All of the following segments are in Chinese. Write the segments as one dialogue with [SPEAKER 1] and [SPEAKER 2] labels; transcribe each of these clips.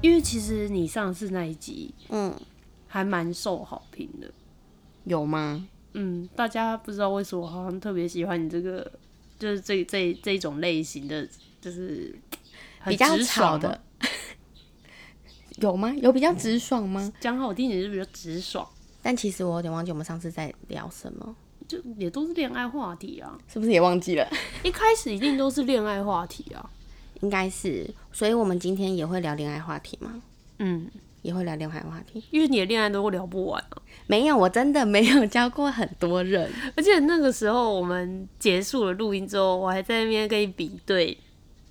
[SPEAKER 1] 因为其实你上次那一集
[SPEAKER 2] 嗯，
[SPEAKER 1] 还蛮受好评的，
[SPEAKER 2] 有吗？
[SPEAKER 1] 嗯，大家不知道为什么好像特别喜欢你这个，就是这这这一种类型的，就是很
[SPEAKER 2] 比较
[SPEAKER 1] 直
[SPEAKER 2] 吵
[SPEAKER 1] 爽嘛
[SPEAKER 2] 的。， 有吗？有比较直爽吗？
[SPEAKER 1] 讲好听点是比较直爽，
[SPEAKER 2] 但其实我有点忘记我们上次在聊什么，
[SPEAKER 1] 就也都是恋爱话题啊。
[SPEAKER 2] 是不是也忘记了？
[SPEAKER 1] 一开始一定都是恋爱话题啊。
[SPEAKER 2] 应该是，所以我们今天也会聊恋爱话题吗？
[SPEAKER 1] 嗯，
[SPEAKER 2] 也会聊恋爱话题？
[SPEAKER 1] 因为你的恋爱都聊不完啊。
[SPEAKER 2] 没有，我真的没有教过很多人。
[SPEAKER 1] 而且那个时候我们结束了录音之后，我还在那边跟你比对，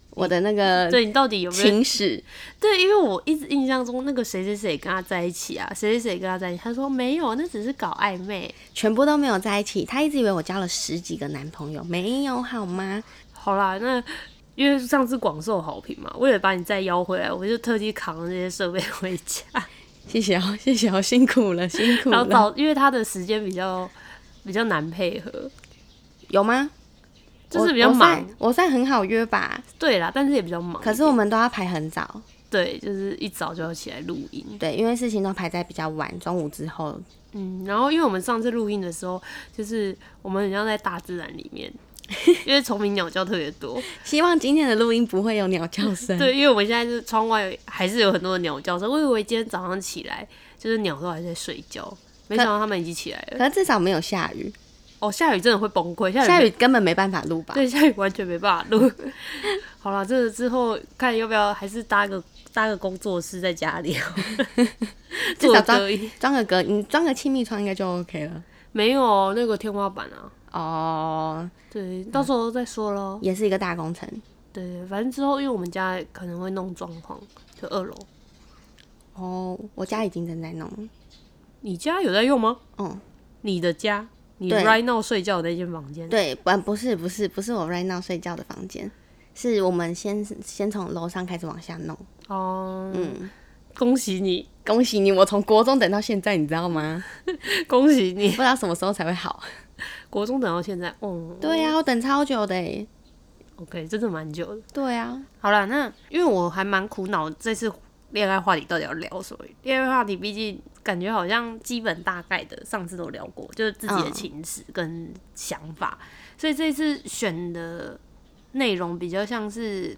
[SPEAKER 2] 我的那个
[SPEAKER 1] 对你到底有没有
[SPEAKER 2] 情史，
[SPEAKER 1] 对，因为我一直印象中那个谁谁谁跟他在一起啊，谁谁谁跟他在一起，他说没有，那只是搞暧昧。
[SPEAKER 2] 全部都没有在一起。他一直以为我交了十几个男朋友，没有好吗？
[SPEAKER 1] 好啦，那因为上次广受好评嘛，为了把你再邀回来，我就特地扛了这些设备回 家。
[SPEAKER 2] 谢谢哦，谢谢哦，辛苦了，辛苦
[SPEAKER 1] 然后
[SPEAKER 2] 了。
[SPEAKER 1] 早，因为他的时间比较比较难配合，
[SPEAKER 2] 有吗？
[SPEAKER 1] 就是
[SPEAKER 2] 我
[SPEAKER 1] 比较
[SPEAKER 2] 我
[SPEAKER 1] 忙。
[SPEAKER 2] 算，我算很好约吧。
[SPEAKER 1] 对啦，但是也比较忙。
[SPEAKER 2] 可是我们都要排很早，
[SPEAKER 1] 对，就是一早就要起来录音。
[SPEAKER 2] 对，因为事情都排在比较晚，中午之后。
[SPEAKER 1] 嗯，然后因为我们上次录音的时候，就是我们很像在大自然里 面，因为虫鸣鸟叫特别多。
[SPEAKER 2] 希望今天的录音不会有鸟叫声。
[SPEAKER 1] 对，因为我们现在是窗外还是有很多的鸟叫声，我以为今天早上起来就是鸟都还在睡觉，没想到它们已经起来了。
[SPEAKER 2] 可是至少没有下雨，
[SPEAKER 1] 哦，下雨真的会崩溃，下雨
[SPEAKER 2] 下
[SPEAKER 1] 雨
[SPEAKER 2] 雨根本没办法录吧？
[SPEAKER 1] 对下雨完全没办法录。 好了，这个之后看要不要还是搭个搭个工作室在家里 好了，
[SPEAKER 2] 至
[SPEAKER 1] 做
[SPEAKER 2] 少
[SPEAKER 1] 个
[SPEAKER 2] 装
[SPEAKER 1] 隔音。
[SPEAKER 2] 装个隔，你装个气密窗应该就 OK 了。
[SPEAKER 1] 没有哦那个天花板啊，
[SPEAKER 2] 哦，
[SPEAKER 1] 对，到时候再说咯。
[SPEAKER 2] 也是一个大工程。
[SPEAKER 1] 对，反正之后因为我们家可能会弄装潢，就二楼。
[SPEAKER 2] 哦，我家已经正在弄了。
[SPEAKER 1] 你家有在用吗？
[SPEAKER 2] 嗯，
[SPEAKER 1] 你的家，你
[SPEAKER 2] 对
[SPEAKER 1] right now 睡觉的那间房间。
[SPEAKER 2] 对，不，不是，不是，不是我 right now 睡觉的房间，是我们先先从楼上开始往下弄。
[SPEAKER 1] 哦，
[SPEAKER 2] 嗯，
[SPEAKER 1] 恭喜你，
[SPEAKER 2] 恭喜你，我从国中等到现在，你知道吗？
[SPEAKER 1] 恭喜你！
[SPEAKER 2] 不知道什么时候才会好。
[SPEAKER 1] 国中等到现在，哦，
[SPEAKER 2] 对啊呀、我等超久的欸。
[SPEAKER 1] ，OK，真的蛮久的。
[SPEAKER 2] 对啊，
[SPEAKER 1] 好啦，那因为我还蛮苦恼，这次恋爱话题到底要聊什么？恋爱话题毕竟感觉好像基本大概的上次都聊过，就是自己的
[SPEAKER 2] 嗯
[SPEAKER 1] 情史跟想法，所以这次选的内容比较像是。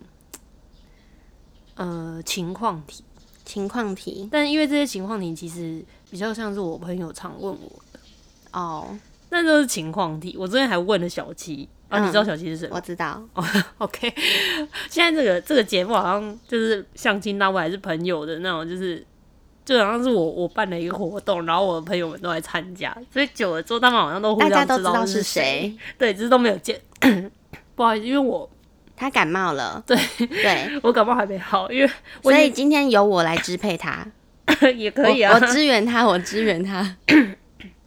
[SPEAKER 1] 呃，情况题，
[SPEAKER 2] 情况题
[SPEAKER 1] 但因为这些情况题其实比较像是我朋友常问我
[SPEAKER 2] 哦，
[SPEAKER 1] 那都是情况题。我昨天还问了小七，啊，
[SPEAKER 2] 嗯
[SPEAKER 1] 你知道小七是谁吗、
[SPEAKER 2] 我知道，
[SPEAKER 1] o k 现在这个这个节目好像就是相亲拉我还是朋友的那种，就是就好像是我我办了一个活动，然后我的朋友们都来参加，所以久了之后，他们好像都互
[SPEAKER 2] 大家
[SPEAKER 1] 相
[SPEAKER 2] 都知道
[SPEAKER 1] 是
[SPEAKER 2] 是，谁。
[SPEAKER 1] 对，只是都没有见。 不好意思，因为我
[SPEAKER 2] 他感冒了，对 对，
[SPEAKER 1] 我感冒还没好，因为我
[SPEAKER 2] 所
[SPEAKER 1] 已
[SPEAKER 2] 以今天由我来支配他，
[SPEAKER 1] 经 也可以啊
[SPEAKER 2] 我，我支援他，我支援他，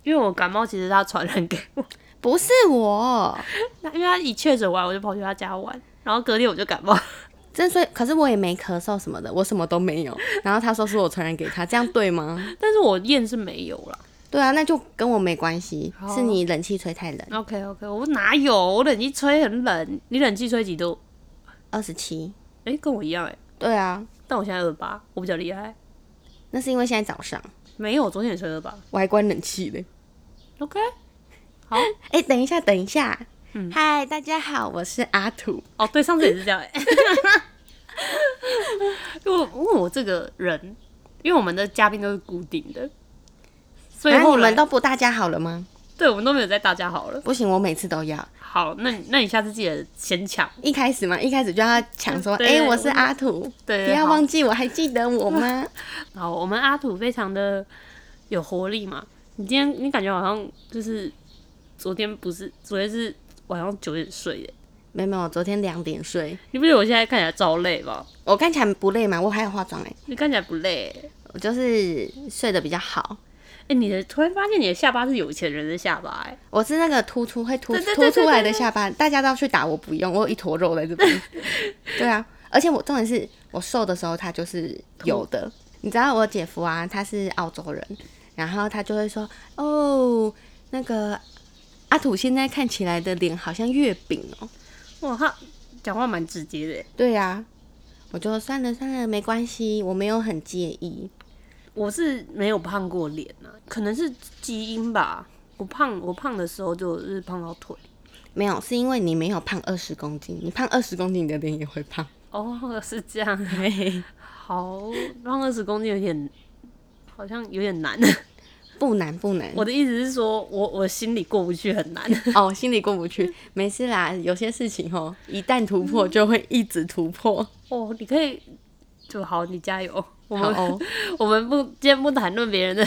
[SPEAKER 1] 因为我感冒其实他传染给我，
[SPEAKER 2] 不是我，
[SPEAKER 1] 那因为他一确诊完我就跑去他家玩，然后隔天我就感冒。
[SPEAKER 2] 这所以可是我也没咳嗽什么的，我什么都没有。然后他说是我传染给他，这样对吗？
[SPEAKER 1] 但是我验是没有啦，
[SPEAKER 2] 对啊，那就跟我没关系，
[SPEAKER 1] 好
[SPEAKER 2] 是你冷气吹太冷。
[SPEAKER 1] OK OK，我哪有？我冷气吹很冷，你冷气吹几度？
[SPEAKER 2] 二十七，
[SPEAKER 1] 哎、跟我一样哎、
[SPEAKER 2] 对啊，
[SPEAKER 1] 但我现在二八，我比较厉害。
[SPEAKER 2] 那是因为现在早上
[SPEAKER 1] 没有，我昨天也吹二八。
[SPEAKER 2] 我还关冷气 嘞。
[SPEAKER 1] OK，
[SPEAKER 2] 哎、等一下，等一下，嗨、大家好，我是阿土。
[SPEAKER 1] 哦对，上次也是这 样哎、因为我因为我这个人，因为我们的嘉宾都是固定的，所以
[SPEAKER 2] 然后
[SPEAKER 1] 后
[SPEAKER 2] 你
[SPEAKER 1] 来、
[SPEAKER 2] 们都不大家好了吗？
[SPEAKER 1] 对我们都没有在大家好了。
[SPEAKER 2] 不行，我每次都要
[SPEAKER 1] 好，那你那你下次记得先抢。
[SPEAKER 2] 一开始嘛，一开始就要抢说，
[SPEAKER 1] 对
[SPEAKER 2] 哎、
[SPEAKER 1] 对嗯
[SPEAKER 2] 我是阿土，
[SPEAKER 1] 对，
[SPEAKER 2] 不要
[SPEAKER 1] 好
[SPEAKER 2] 忘记我还记得我吗？
[SPEAKER 1] 好，我们阿土非常的有活力嘛。你今天你感觉好像就是昨天不是，昨天是晚上九点睡耶。
[SPEAKER 2] 没有没有，昨天两点睡，
[SPEAKER 1] 你不觉得我现在看起来超累吗？
[SPEAKER 2] 我看起来不累嘛，我还有化妆哎、
[SPEAKER 1] 你看起来不累耶、
[SPEAKER 2] 我就是睡得比较好。
[SPEAKER 1] 哎、你的突然发现你的下巴是有钱人的下巴、哎，
[SPEAKER 2] 我是那个突出会突
[SPEAKER 1] 对对对
[SPEAKER 2] 突出来的下巴，大家都要去打，我不用，我有一坨肉在这边。对啊，而且我重点是我瘦的时候，它就是有的。你知道我姐夫啊，他是澳洲人，然后他就会说：“哦，那个阿土现在看起来的脸好像月饼哦。
[SPEAKER 1] 哇，他讲话蛮直接的耶、”哎
[SPEAKER 2] 对啊，我就算了算了，没关系，我没有很介意。
[SPEAKER 1] 我是没有胖过脸啊，可能是基因吧。我胖，我胖的时候就是胖到腿。
[SPEAKER 2] 没有，是因为你没有胖二十公斤，你胖二十公斤，你的脸也会胖。
[SPEAKER 1] 哦，是这样哎、 好，胖二十公斤有点，好像有点 难。
[SPEAKER 2] 不难不难，
[SPEAKER 1] 我的意思是说，我我心里过不去，很难。
[SPEAKER 2] 哦，心里过不去，没事啦。有些事情哦，一旦突破就会一直突破。
[SPEAKER 1] 哦，你可以就好，你加油。我
[SPEAKER 2] 好
[SPEAKER 1] 们、
[SPEAKER 2] 哦
[SPEAKER 1] 我们不今天不谈论别人 的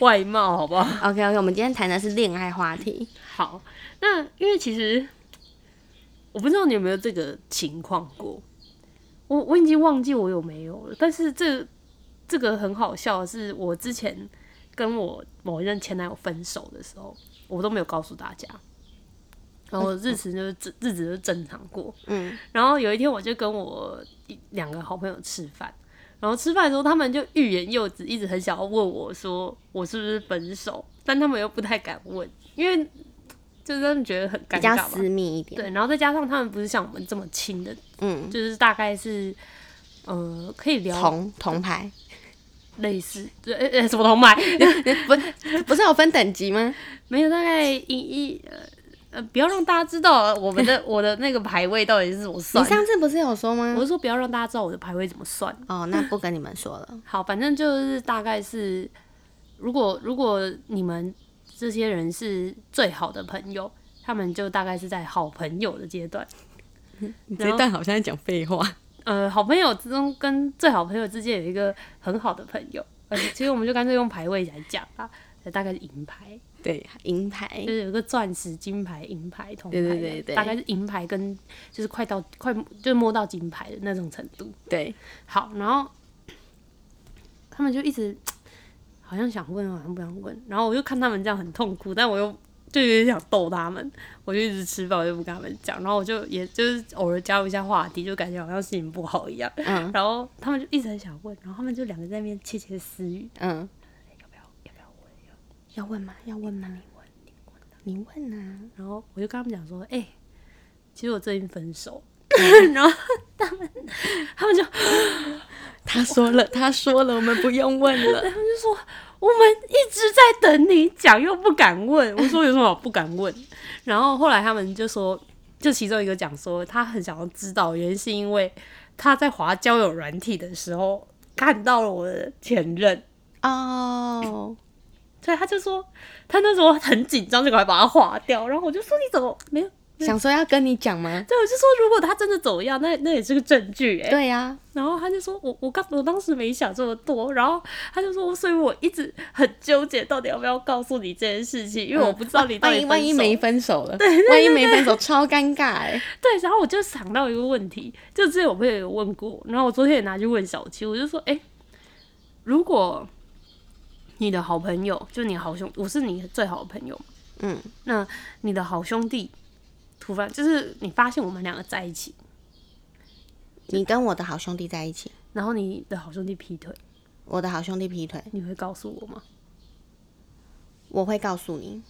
[SPEAKER 1] 外貌，好不好？
[SPEAKER 2] ，OK OK，我们今天谈的是恋爱话题。
[SPEAKER 1] 好，那因为其实我不知道你有没有这个情况过，我我已经忘记我有没有了。但是这这个很好笑的是，我之前跟我某一任前男友分手的时候，我都没有告诉大家，然后日子就是正日子就是正常过。
[SPEAKER 2] 嗯，
[SPEAKER 1] 然后有一天我就跟我一两个好朋友吃饭，然后吃饭的时候他们就欲言又止，一直很想要问我说我是不是分手，但他们又不太敢问，因为就是他们觉得很尴
[SPEAKER 2] 比较
[SPEAKER 1] 尬
[SPEAKER 2] 私
[SPEAKER 1] 嘛。
[SPEAKER 2] 密一点。
[SPEAKER 1] 对，然后再加上他们不是像我们这么亲的，
[SPEAKER 2] 嗯，
[SPEAKER 1] 就是大概是呃可以聊
[SPEAKER 2] 同同牌，
[SPEAKER 1] 类似，对， 呃、呃什么同买，
[SPEAKER 2] 不是有分等级吗？
[SPEAKER 1] 没有大概一一呃呃不要让大家知道我们的 我的那个排位到底是怎么
[SPEAKER 2] 你
[SPEAKER 1] 算。
[SPEAKER 2] 上次不是有说
[SPEAKER 1] 我
[SPEAKER 2] 吗？
[SPEAKER 1] 是说不要让大家知道我的排位怎么算。
[SPEAKER 2] 哦，那不跟你们说了。
[SPEAKER 1] 好，反正就是大概是，如果如果你们这些人是最好的朋友，他们就大概是在好朋友的阶段。
[SPEAKER 2] 你
[SPEAKER 1] 这一
[SPEAKER 2] 段好像在讲废话。
[SPEAKER 1] 呃，好朋友之中跟最好朋友之间有一个很好的朋友，呃，其实我们就干脆用排位来讲啦，大概是银牌，
[SPEAKER 2] 对，银牌
[SPEAKER 1] 就。是有一个钻石、金牌、银牌、铜牌
[SPEAKER 2] 对
[SPEAKER 1] 的，
[SPEAKER 2] 对对对
[SPEAKER 1] 大概是银牌跟就是快到快就摸到金牌的那种程度。
[SPEAKER 2] 对，
[SPEAKER 1] 好，然后他们就一直好像想问，好啊像不想问，然后我就看他们这样很痛苦，但我又就有点想逗他们，我就一直吃饭，我就不跟他们讲，然后我就也就是偶尔加入一下话题，就感觉好像心情不好一样，
[SPEAKER 2] 嗯
[SPEAKER 1] 然后他们就一直很想问，然后他们就两个在那边窃窃私语，
[SPEAKER 2] 嗯，
[SPEAKER 1] 要不要要不要问？
[SPEAKER 2] 要问吗？要问吗？你问啊，
[SPEAKER 1] 然后我就跟他们讲说，哎、其实我最近分手， 然后他们他们就
[SPEAKER 2] 他说了，他说了，我们不用问
[SPEAKER 1] 他
[SPEAKER 2] 了。
[SPEAKER 1] 们就说我们一直在等你讲，又不敢问。我 说有什么好不敢问？然后后来他们就说，就其中一个讲说，他很想要知道，原因是因为他在滑交友软体的时候看到了我的前任，
[SPEAKER 2] 哦，
[SPEAKER 1] 所以他就说他那时候很紧张，就赶快把它划掉。然后我就说你怎么没有？
[SPEAKER 2] 想说要跟你讲吗？
[SPEAKER 1] 对，我就说如果他真的走样，那那也是个证据哎、
[SPEAKER 2] 对啊呀、
[SPEAKER 1] 然后他就说我我刚我当时没想这么多，然后他就说，所以我一直很纠结，到底要不要告诉你这件事情，因为我不知道你到
[SPEAKER 2] 万
[SPEAKER 1] 底
[SPEAKER 2] 一万一
[SPEAKER 1] 分手
[SPEAKER 2] 没分手了，对万一没分手超尴尬哎、
[SPEAKER 1] 对，然后我就想到一个问题，就之前我朋友有问过我，然后我昨天也拿去问小七，我就说，哎、如果你的好朋友，就你好兄，我是你最好的朋友嘛，
[SPEAKER 2] 嗯，
[SPEAKER 1] 那你的好兄弟突然就是你发现我们两个在一起，
[SPEAKER 2] 你跟我的好兄弟在一起，
[SPEAKER 1] 然后你的好兄弟劈腿，
[SPEAKER 2] 我的好兄弟劈腿，
[SPEAKER 1] 你会告诉我吗？
[SPEAKER 2] 我会告诉你。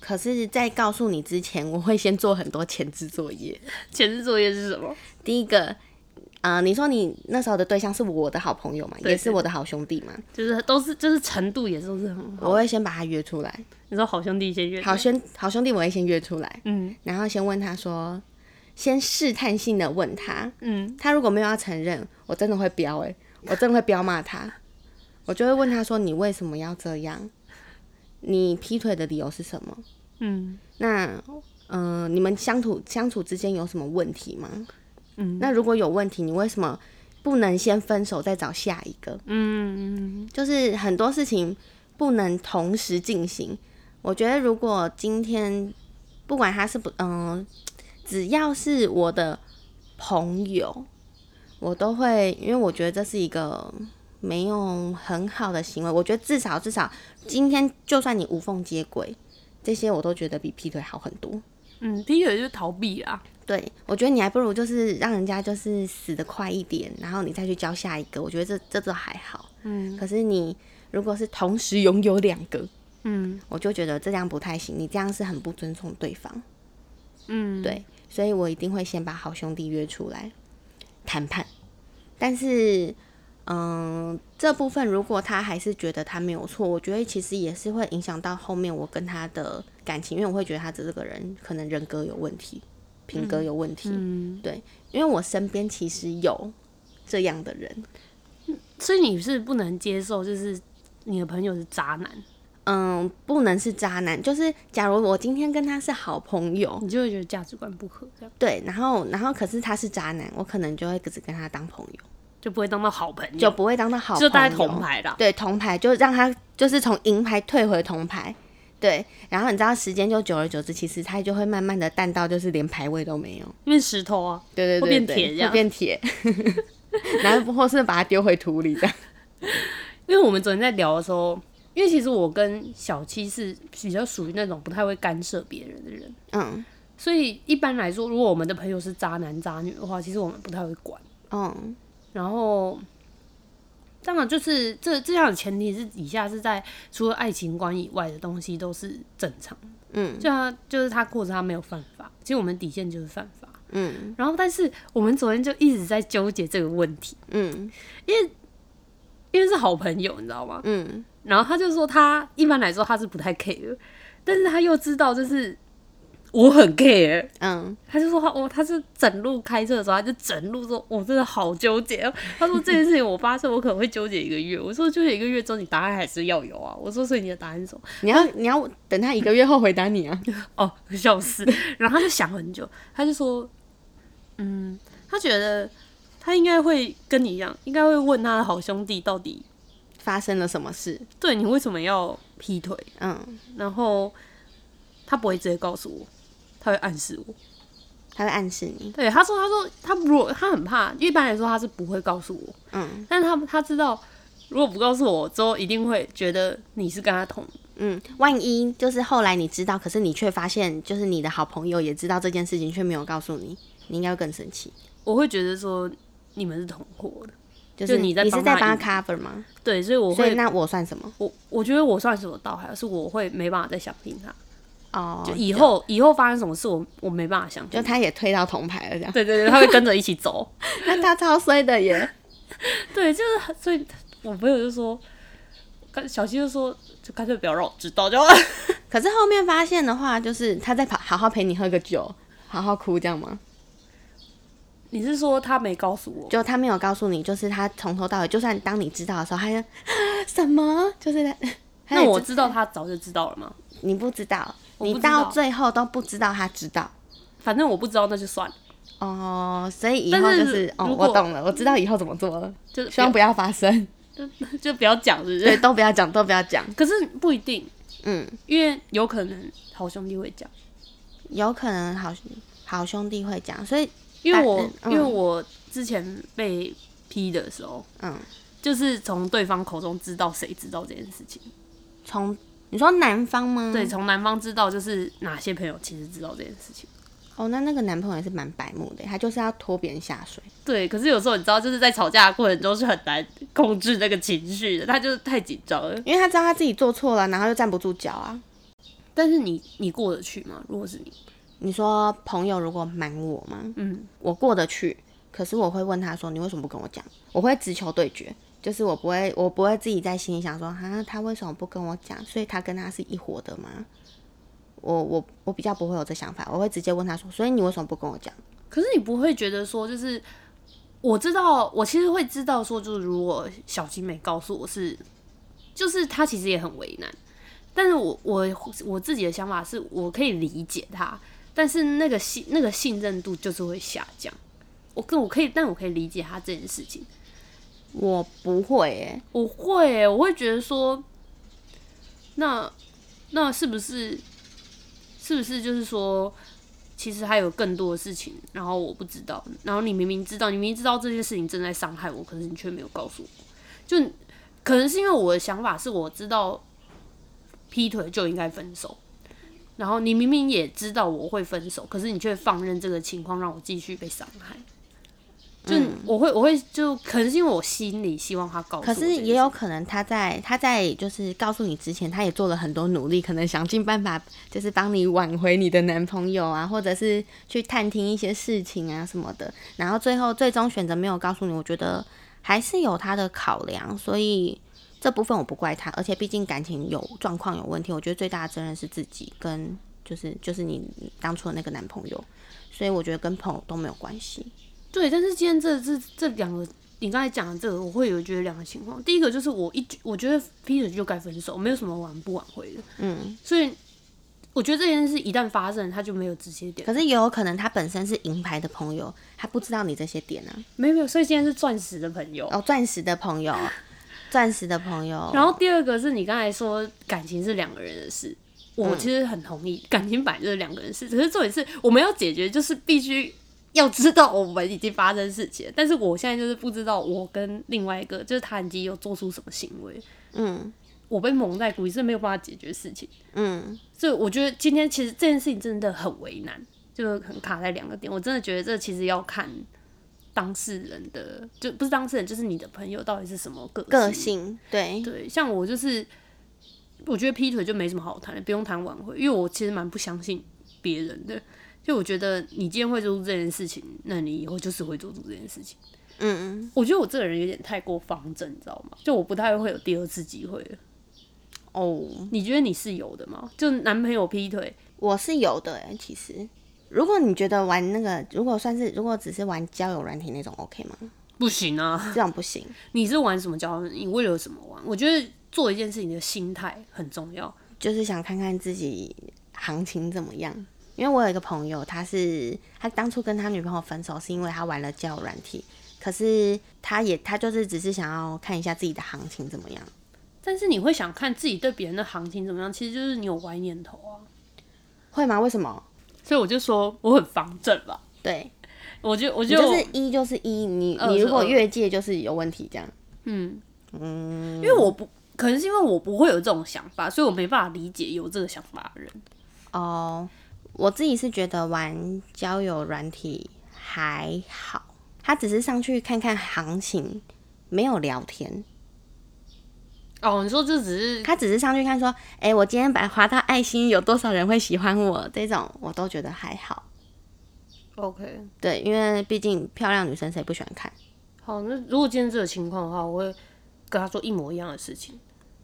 [SPEAKER 2] 可是，在告诉你之前，我会先做很多前置作业。
[SPEAKER 1] 前置作业是什么？
[SPEAKER 2] 第一个，呃，你说你那时候的对象是我的好朋友嘛，
[SPEAKER 1] 对
[SPEAKER 2] 也是我的好兄弟嘛，
[SPEAKER 1] 就是都是就是程度也都是很好。
[SPEAKER 2] 我会先把他约出来。
[SPEAKER 1] 你说好兄弟先约，
[SPEAKER 2] 好兄好兄弟，我会先约出来，
[SPEAKER 1] 嗯
[SPEAKER 2] 然后先问他说，先试探性的问他，
[SPEAKER 1] 嗯，
[SPEAKER 2] 他如果没有要承认，我真的会飙哎、我真的会飙骂他，我就会问他说：“你为什么要这样？你劈腿的理由是什么？
[SPEAKER 1] 嗯
[SPEAKER 2] 那呃，你们相处相处之间有什么问题吗？
[SPEAKER 1] 嗯，
[SPEAKER 2] 那如果有问题，你为什么不能先分手再找下一个？
[SPEAKER 1] 嗯嗯
[SPEAKER 2] 就是很多事情不能同时进行。我觉得如果今天不管他是不嗯、只要是我的朋友，我都会，因为我觉得这是一个没有很好的行为。我觉得至少至少今天就算你无缝接轨，这些我都觉得比劈腿好很多。
[SPEAKER 1] 嗯，劈腿就是逃避啊，
[SPEAKER 2] 对，我觉得你还不如就是让人家就是死得快一点，然后你再去交下一个，我觉得这这都还好。
[SPEAKER 1] 嗯
[SPEAKER 2] 可是你如果是同时拥有两个，
[SPEAKER 1] 嗯
[SPEAKER 2] 我就觉得这样不太行，你这样是很不尊重对方。
[SPEAKER 1] 嗯，
[SPEAKER 2] 对，所以我一定会先把好兄弟约出来谈判，但是，嗯，这部分如果他还是觉得他没有错，我觉得其实也是会影响到后面我跟他的感情，因为我会觉得他这个人可能人格有问题，品格有问题。
[SPEAKER 1] 嗯，
[SPEAKER 2] 对，因为我身边其实有这样的人，
[SPEAKER 1] 所以你是不能接受，就是你的朋友是渣男，
[SPEAKER 2] 嗯，不能是渣男，就是假如我今天跟他是好朋友，
[SPEAKER 1] 你就会觉得价值观不合，这样
[SPEAKER 2] 对，然后然后可是他是渣男，我可能就会只跟他当朋友，
[SPEAKER 1] 就不会当到好朋友，
[SPEAKER 2] 就不会当到好朋友，
[SPEAKER 1] 就大概同牌啦。
[SPEAKER 2] 对，铜牌就让他就是从银牌退回铜牌。对，然后你知道时间就久而久之，其实他就会慢慢的淡到就是连排位都没有。
[SPEAKER 1] 因为石头啊，
[SPEAKER 2] 对对
[SPEAKER 1] 会
[SPEAKER 2] 对
[SPEAKER 1] 变
[SPEAKER 2] 对，
[SPEAKER 1] 铁这样
[SPEAKER 2] 会变铁， 然后或是把它丢回土里 这样。
[SPEAKER 1] 因为我们昨天在聊的时候，因为其实我跟小七是比较属于那种不太会干涉别人的人，
[SPEAKER 2] 嗯
[SPEAKER 1] 所以一般来说，如果我们的朋友是渣男渣女的话，其实我们不太会管。
[SPEAKER 2] 嗯
[SPEAKER 1] 然后，当然就是这这样的前提是，以下是在除了爱情观以外的东西都是正常的。
[SPEAKER 2] 嗯
[SPEAKER 1] 就他就是他或者他没有犯法，其实我们底线就是犯法。
[SPEAKER 2] 嗯
[SPEAKER 1] 然后，但是我们昨天就一直在纠结这个问题，
[SPEAKER 2] 嗯
[SPEAKER 1] 因为是好朋友，你知道吗？
[SPEAKER 2] 嗯
[SPEAKER 1] 然后他就说他一般来说他是不太 care，但是他又知道就是我很 care，
[SPEAKER 2] 嗯，
[SPEAKER 1] 他就说他哦，他是整路开车的时候，他就整路说，我真的好纠结哦。他说这件事情我发现我可能会纠结一个月。我说纠结一个月之后，你答案还是要有啊。我说所以你的答案是什么？
[SPEAKER 2] 你要你要等他一个月后回答你啊。
[SPEAKER 1] 哦，笑死。然后他就想很久，他就说，嗯，他觉得他应该会跟你一样，应该会问他的好兄弟到底
[SPEAKER 2] 发生了什么事？
[SPEAKER 1] 对你为什么要劈腿，
[SPEAKER 2] 嗯，
[SPEAKER 1] 然后他不会直接告诉我，他会暗示我。
[SPEAKER 2] 他会暗示你。
[SPEAKER 1] 对，他说，他说他如果他很怕，一般来说他是不会告诉我。
[SPEAKER 2] 嗯
[SPEAKER 1] 但是他他知道，如果不告诉我之后，一定会觉得你是跟他同。
[SPEAKER 2] 嗯，万一就是后来你知道，可是你却发现，就是你的好朋友也知道这件事情，却没有告诉你，你应该会更生气。
[SPEAKER 1] 我会觉得说你们是同伙的，
[SPEAKER 2] 就是
[SPEAKER 1] 就你在
[SPEAKER 2] 你
[SPEAKER 1] 帮
[SPEAKER 2] 是在
[SPEAKER 1] 他
[SPEAKER 2] 帮他 cover 吗？
[SPEAKER 1] 对，所以我
[SPEAKER 2] 所以
[SPEAKER 1] 会，
[SPEAKER 2] 那我算什么？
[SPEAKER 1] 我我觉得我算是有道，啊还是我会没办法再相信他。
[SPEAKER 2] 哦，
[SPEAKER 1] 就以后以后发生什么事我，我没办法相
[SPEAKER 2] 就
[SPEAKER 1] 信。
[SPEAKER 2] 他也推到铜牌了这样，
[SPEAKER 1] 对对对，他会跟着一起走。
[SPEAKER 2] 那他超衰的耶。
[SPEAKER 1] 对，就是很所以，我朋友就说，干小七就说，就干脆不要让我知道就 好了。
[SPEAKER 2] 可是后面发现的话，就是他在好好好陪你喝个酒，好好哭这样吗？
[SPEAKER 1] 你是说他没告诉我？
[SPEAKER 2] 就他没有告诉你，就是他从头到尾，就算当你知道的时候，他就、 啊、什么，就是他他
[SPEAKER 1] 那
[SPEAKER 2] 也
[SPEAKER 1] 我知道他早就知道了吗？
[SPEAKER 2] 你不知道，
[SPEAKER 1] 我
[SPEAKER 2] 你
[SPEAKER 1] 不知道
[SPEAKER 2] 到最后都不知道他知道。
[SPEAKER 1] 反正我不知道，那就算了，
[SPEAKER 2] 哦，所以以
[SPEAKER 1] 但
[SPEAKER 2] 后就是是哦，
[SPEAKER 1] 如
[SPEAKER 2] 我
[SPEAKER 1] 果
[SPEAKER 2] 懂了，我知道以后怎么做了，
[SPEAKER 1] 就是
[SPEAKER 2] 希望不要发生，
[SPEAKER 1] 就就不要讲，是不是？
[SPEAKER 2] 对，都不要讲，都不要讲，
[SPEAKER 1] 可是不一定，
[SPEAKER 2] 嗯，
[SPEAKER 1] 因为有可能好兄弟会讲，
[SPEAKER 2] 有可能好好兄弟会讲，所以
[SPEAKER 1] 因为我、
[SPEAKER 2] 但嗯
[SPEAKER 1] 因为我之前被批的时候，
[SPEAKER 2] 嗯，
[SPEAKER 1] 就是从对方口中知道谁知道这件事情，
[SPEAKER 2] 从你说男方吗？
[SPEAKER 1] 对，，从男方知道就是哪些朋友其实知道这件事情，
[SPEAKER 2] 哦，那那个男朋友也是蛮白目的，他就是要拖别人下水，
[SPEAKER 1] 对。可是有时候你知道，就是在吵架的过程中是很难控制那个情绪的，他就是太紧张了。
[SPEAKER 2] 因为他知道他自己做错了，然后又站不住脚啊。
[SPEAKER 1] 但是你你过得去吗？如果是你，
[SPEAKER 2] 你说朋友如果瞒我吗？
[SPEAKER 1] 嗯，
[SPEAKER 2] 我过得去，可是我会问他说：“你为什么不跟我讲？”我会直球对决，就是我不会，我不会自己在心里想说：“啊，他为什么不跟我讲？所以他跟他是一伙的吗？”我我我比较不会有这想法，我会直接问他说：“所以你为什么不跟我讲
[SPEAKER 1] 可是你不会觉得说，就是我知道，我其实会知道说，就是如果小金没告诉我是，就是他其实也很为难。但是我我我自己的想法是我可以理解他，但是那个信那个信任度就是会下降。我跟我可以，但我可以理解他这件事情。？”
[SPEAKER 2] 我不会诶、
[SPEAKER 1] 我会欸、我会觉得说，那那是不是是不是就是说，其实还有更多的事情，然后我不知道，然后你明明知道，你明明知道这件事情正在伤害我，可是你却没有告诉我，就可能是因为我的想法是我知道劈腿就应该分手。然后你明明也知道我会分手，可是你却放任这个情况让我继续被伤害。就
[SPEAKER 2] 嗯
[SPEAKER 1] 我会我会就可能是因为我心里希望他告诉
[SPEAKER 2] 可
[SPEAKER 1] 我这件
[SPEAKER 2] 是
[SPEAKER 1] 事，
[SPEAKER 2] 也有可能他在他在就是告诉你之前，他也做了很多努力，可能想尽办法就是帮你挽回你的男朋友啊，或者是去探听一些事情啊什么的。然后最后最终选择没有告诉你，我觉得还是有他的考量，所以这部分我不怪他。而且毕竟感情有状况有问题，我觉得最大的责任是自己跟就是就是你当初的那个男朋友，所以我觉得跟朋友都没有关系。
[SPEAKER 1] 对，但是今天这这这两个，你刚才讲的这个，我会有觉得两个情况。第一个就是我一我觉得劈腿就该分手，没有什么挽不挽回的。
[SPEAKER 2] 嗯，
[SPEAKER 1] 所以我觉得这件事一旦发生，他就没有直接点。
[SPEAKER 2] 可是也有可能他本身是银牌的朋友，他不知道你这些点啊。
[SPEAKER 1] 没有没有，所以今天是钻石的朋友。
[SPEAKER 2] 哦，钻石的朋友，钻石的朋 友，
[SPEAKER 1] 然后第二个是你刚才说感情是两个人的事，
[SPEAKER 2] 嗯
[SPEAKER 1] 我其实很同意，感情本来就是两个人的事。只是重点是我们要解决，就是必须要知道我们已经发生事情了，但是我现在就是不知道我跟另外一个就是他已经有做出什么行为，
[SPEAKER 2] 嗯
[SPEAKER 1] 我被蒙在鼓里是没有办法解决事情。
[SPEAKER 2] 嗯，
[SPEAKER 1] 所以我觉得今天其实这件事情真的很为难，就很卡在两个点。我真的觉得这其实要看当事人的，就不是当事人，就是你的朋友到底是什么个
[SPEAKER 2] 个性对，
[SPEAKER 1] 对，像我就是，我觉得劈腿就没什么好谈的，不用谈挽回，因为我其实蛮不相信别人的。就我觉得你今天会做出这件事情，那你以后就是会做出这件事情。
[SPEAKER 2] 嗯
[SPEAKER 1] 我觉得我这个人有点太过方正，你知道吗？就我不太会有第二次机会了。
[SPEAKER 2] 哦，
[SPEAKER 1] 你觉得你是有的吗？就男朋友劈腿，
[SPEAKER 2] 我是有的欸其实。如果你觉得玩那个，如果算是如果只是玩交友软体那种，OK 吗？
[SPEAKER 1] 不行啊！
[SPEAKER 2] 这种不行，
[SPEAKER 1] 你是玩什么交友？你为了什么玩？我觉得做一件事情的心态很重要。
[SPEAKER 2] 就是想看看自己行情怎么样。因为我有一个朋友，他是他当初跟他女朋友分手，是因为他玩了交友软体，可是他也他就是只是想要看一下自己的行情怎么样。
[SPEAKER 1] 但是你会想看自己对别人的行情怎么样，其实就是你有歪念头啊。
[SPEAKER 2] 会吗？为什么？
[SPEAKER 1] 所以我就说我很方正吧。
[SPEAKER 2] 对，
[SPEAKER 1] 我就我
[SPEAKER 2] 你
[SPEAKER 1] 就
[SPEAKER 2] 就是一就是一，你
[SPEAKER 1] 二
[SPEAKER 2] 你
[SPEAKER 1] 是
[SPEAKER 2] 如果
[SPEAKER 1] 二
[SPEAKER 2] 越界就是有问题这样。
[SPEAKER 1] 嗯嗯，因为我不可能是因为我不会有这种想法，所以我没办法理解有这个想法的人。
[SPEAKER 2] 哦、我自己是觉得玩交友软体还好，他只是上去看看行情，没有聊天，
[SPEAKER 1] 哦，你说这只是
[SPEAKER 2] 他只是上去看说，哎、我今天把滑到爱心，有多少人会喜欢我？这种我都觉得还好。
[SPEAKER 1] OK
[SPEAKER 2] 对，因为毕竟漂亮女生谁不喜欢看？
[SPEAKER 1] 好？那如果今天这个情况的话，我会跟他说一模一样的事情。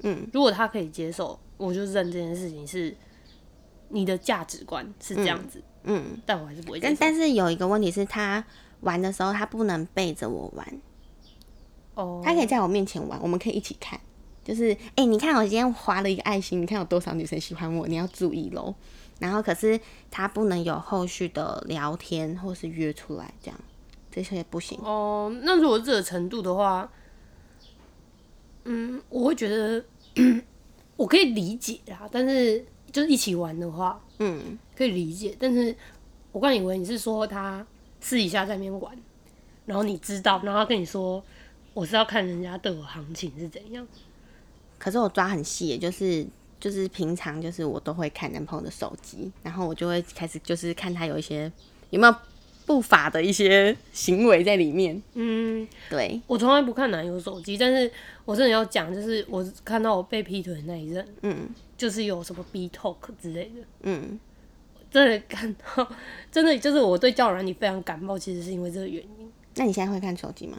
[SPEAKER 2] 嗯，
[SPEAKER 1] 如果他可以接受，我就认这件事情是你的价值观是这样子，
[SPEAKER 2] 嗯，
[SPEAKER 1] 但我还是不会接
[SPEAKER 2] 但
[SPEAKER 1] 受。
[SPEAKER 2] 但是有一个问题是他玩的时候，他不能背着我玩。
[SPEAKER 1] 哦，
[SPEAKER 2] 他可以在我面前玩，我们可以一起看。就是，哎、你看我今天划了一个爱心，你看有多少女生喜欢我，你要注意喽。然后，可是他不能有后续的聊天或是约出来，这样这些不行。
[SPEAKER 1] 哦，那如果这个程度的话，嗯，我会觉得 我可以理解啦，但是就是一起玩的话，
[SPEAKER 2] 嗯，
[SPEAKER 1] 可以理解。但是我刚以为你是说他私底下在那边玩，然后你知道，然后他跟你说我是要看人家对我行情是怎样。
[SPEAKER 2] 可是我抓很细耶，就是就是平常就是我都会看男朋友的手机，然后我就会开始就是看他有一些有没有不法的一些行为在里面。
[SPEAKER 1] 嗯，
[SPEAKER 2] 对，
[SPEAKER 1] 我从来不看男友手机，但是我真的要讲，就是我看到我被劈腿的那一阵，
[SPEAKER 2] 嗯
[SPEAKER 1] 就是有什么 B Talk 之类的，
[SPEAKER 2] 嗯，
[SPEAKER 1] 真的看到，真的就是我对交友软体非常感冒，其实是因为这个原因。
[SPEAKER 2] 那你现在会看手机吗？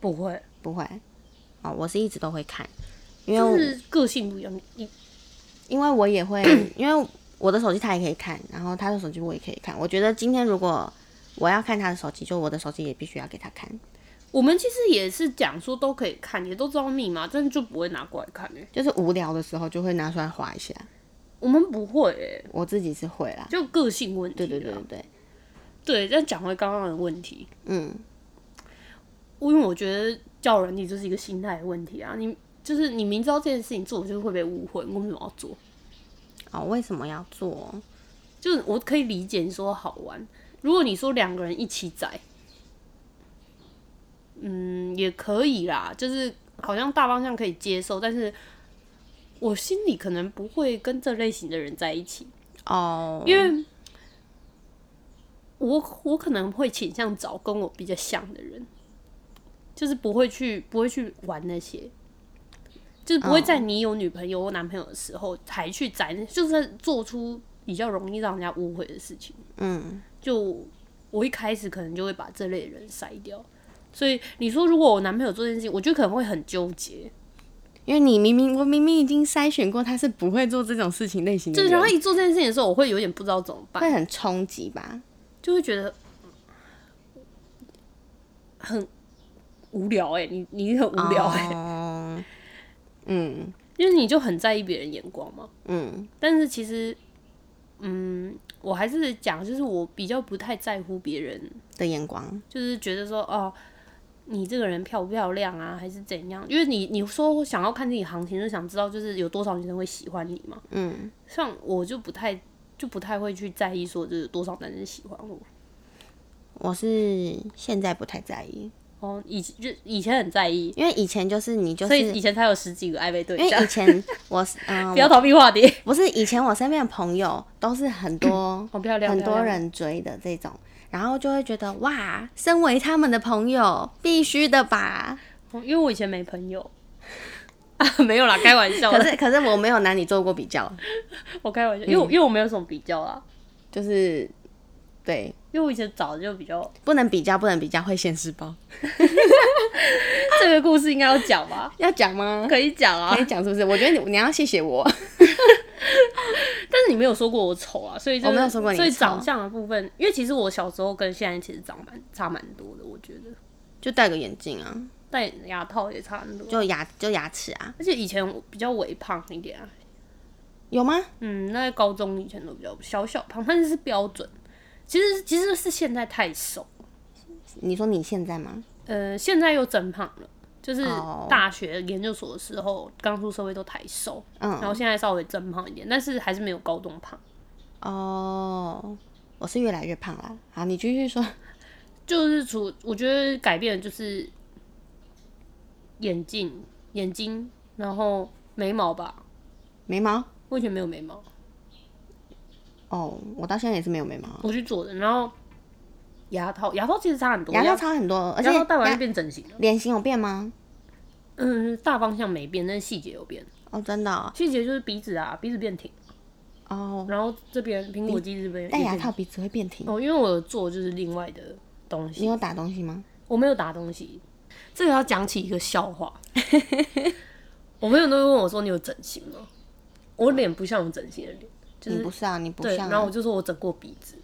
[SPEAKER 1] 不会，
[SPEAKER 2] 不会。哦，我是一直都会看，因为
[SPEAKER 1] 就
[SPEAKER 2] 我
[SPEAKER 1] 是个性不一样。你
[SPEAKER 2] 因为我 也会，因为我的手机他也可以看，然后他的手机我也可以看。我觉得今天如果我要看他的手机，就我的手机也必须要给他看，
[SPEAKER 1] 我们其实也是讲说都可以看，也都知道密码，但是就不会拿过来看诶、
[SPEAKER 2] 就是无聊的时候就会拿出来划一下。
[SPEAKER 1] 我们不会诶、
[SPEAKER 2] 我自己是会啦，
[SPEAKER 1] 就个性问题
[SPEAKER 2] 对
[SPEAKER 1] 啦。
[SPEAKER 2] 对对对对，
[SPEAKER 1] 对。但讲回刚刚的问题，
[SPEAKER 2] 嗯，
[SPEAKER 1] 因为我觉得叫人你就是一个心态的问题啊。你就是你明知道这件事情做，就是会被误会，我为什么要做？
[SPEAKER 2] 哦，为什么要做？
[SPEAKER 1] 就是我可以理解你说好玩，如果你说两个人一起载，嗯，也可以啦，就是好像大方向可以接受，但是我心里可能不会跟这类型的人在一起，
[SPEAKER 2] 哦，
[SPEAKER 1] 因为我我可能会倾向找跟我比较像的人，就是不会去不会去玩那些，就是不会在你有女朋友或男朋友的时候才去展，就是做出比较容易让人家误会的事情。
[SPEAKER 2] 嗯，
[SPEAKER 1] 就我一开始可能就会把这类人筛掉。所以你说，如果我男朋友做这件事情，我觉得可能会很纠结。
[SPEAKER 2] 因为你明明我明明已经筛选过他是不会做这种事情类型的
[SPEAKER 1] 就
[SPEAKER 2] 人，
[SPEAKER 1] 是然后一做这件事情的时候，我会有点不知道怎么办，
[SPEAKER 2] 会很冲击吧？
[SPEAKER 1] 就会觉得嗯很无聊哎、你你很无聊哎、
[SPEAKER 2] 哦嗯
[SPEAKER 1] 因为你就很在意别人眼光嘛。
[SPEAKER 2] 嗯
[SPEAKER 1] 但是其实，嗯，我还是讲，就是我比较不太在乎别人
[SPEAKER 2] 的眼光，
[SPEAKER 1] 就是觉得说哦，你这个人漂不漂亮啊，还是怎样？因为你你说想要看自己行情，就想知道就是有多少女生会喜欢你嘛。
[SPEAKER 2] 嗯，
[SPEAKER 1] 像我就不太就不太会去在意说就是多少男生喜欢我。
[SPEAKER 2] 我是现在不太在意，
[SPEAKER 1] 哦，以就以前很在意，
[SPEAKER 2] 因为以前就是你就
[SPEAKER 1] 所
[SPEAKER 2] 是，
[SPEAKER 1] 以以前才有十几个暧昧对
[SPEAKER 2] 因为
[SPEAKER 1] 象
[SPEAKER 2] 以。前我是 嗯、
[SPEAKER 1] 不要逃避话题，
[SPEAKER 2] 不是以前我身边的朋友都是很多
[SPEAKER 1] 好哦漂亮，
[SPEAKER 2] 很
[SPEAKER 1] 漂
[SPEAKER 2] 多
[SPEAKER 1] 亮。
[SPEAKER 2] 人追的这种，然后就会觉得哇，身为他们的朋友必须的吧。
[SPEAKER 1] 哦因为我以前没朋友 啊，没有啦，开玩笑
[SPEAKER 2] 可
[SPEAKER 1] 的，
[SPEAKER 2] 是嗯可是我没有拿你做过比较，
[SPEAKER 1] 我开玩笑，因为我、因为我没有什么比较啦，
[SPEAKER 2] 就是对，
[SPEAKER 1] 因为我以前早就比较，
[SPEAKER 2] 不能比较，不能比较会现世报。
[SPEAKER 1] 这个故事应该要讲吧，
[SPEAKER 2] 要讲吗？
[SPEAKER 1] 可以讲啊
[SPEAKER 2] 可以，讲是不是？我觉得你你要谢谢我，
[SPEAKER 1] 但是你没有说过我丑啊，所以、就是、
[SPEAKER 2] 哦我没有说过你
[SPEAKER 1] 所以
[SPEAKER 2] 丑
[SPEAKER 1] 长相的部分，因为其实我小时候跟现在其实长蛮差蛮多的，我觉得
[SPEAKER 2] 就戴个眼镜啊，
[SPEAKER 1] 戴牙套也差很多。
[SPEAKER 2] 就牙就牙齿啊，
[SPEAKER 1] 而且以前我比较微胖一点啊，
[SPEAKER 2] 有吗？
[SPEAKER 1] 嗯，那在高中以前都比较小小胖，但是是标准。其实其实是现在太瘦，
[SPEAKER 2] 你说你现在吗？
[SPEAKER 1] 呃，现在又增胖了，就是
[SPEAKER 2] 哦
[SPEAKER 1] 大学研究所的时候刚出社会都太瘦，然
[SPEAKER 2] 嗯，
[SPEAKER 1] 后现在稍微增胖一点，但是还是没有高中胖。
[SPEAKER 2] 哦，我是越来越胖啦。好，你继续说。
[SPEAKER 1] 就是除我觉得改变的就是眼镜、眼睛，然后眉毛吧。
[SPEAKER 2] 眉毛？
[SPEAKER 1] 我以前没有眉毛，
[SPEAKER 2] 嗯哦，我到现在也是没有眉毛啊，
[SPEAKER 1] 我去做的。然后牙套，牙套其实差很多，
[SPEAKER 2] 牙
[SPEAKER 1] 牙
[SPEAKER 2] 套差很多，而且
[SPEAKER 1] 牙套戴完就
[SPEAKER 2] 牙
[SPEAKER 1] 变整形了。
[SPEAKER 2] 脸型有变吗？
[SPEAKER 1] 嗯，大方向没变，但是细节有变。
[SPEAKER 2] 哦，真的哦，
[SPEAKER 1] 细节就是鼻子啊，鼻子变挺，
[SPEAKER 2] 哦
[SPEAKER 1] 然后这边苹果肌这边也
[SPEAKER 2] 戴牙
[SPEAKER 1] 变
[SPEAKER 2] 套鼻子会变挺。
[SPEAKER 1] 哦，因为我有做就是另外的东西
[SPEAKER 2] 你，有打东西吗？
[SPEAKER 1] 我没有打东西。这个要讲起一个笑 话，我朋友都会问我说：“你有整形吗？”我脸不像有整形的脸，就
[SPEAKER 2] 你
[SPEAKER 1] 是
[SPEAKER 2] 不是啊，你不
[SPEAKER 1] 对。
[SPEAKER 2] 像、
[SPEAKER 1] 然后我
[SPEAKER 2] 啊。
[SPEAKER 1] 就说我整过鼻子，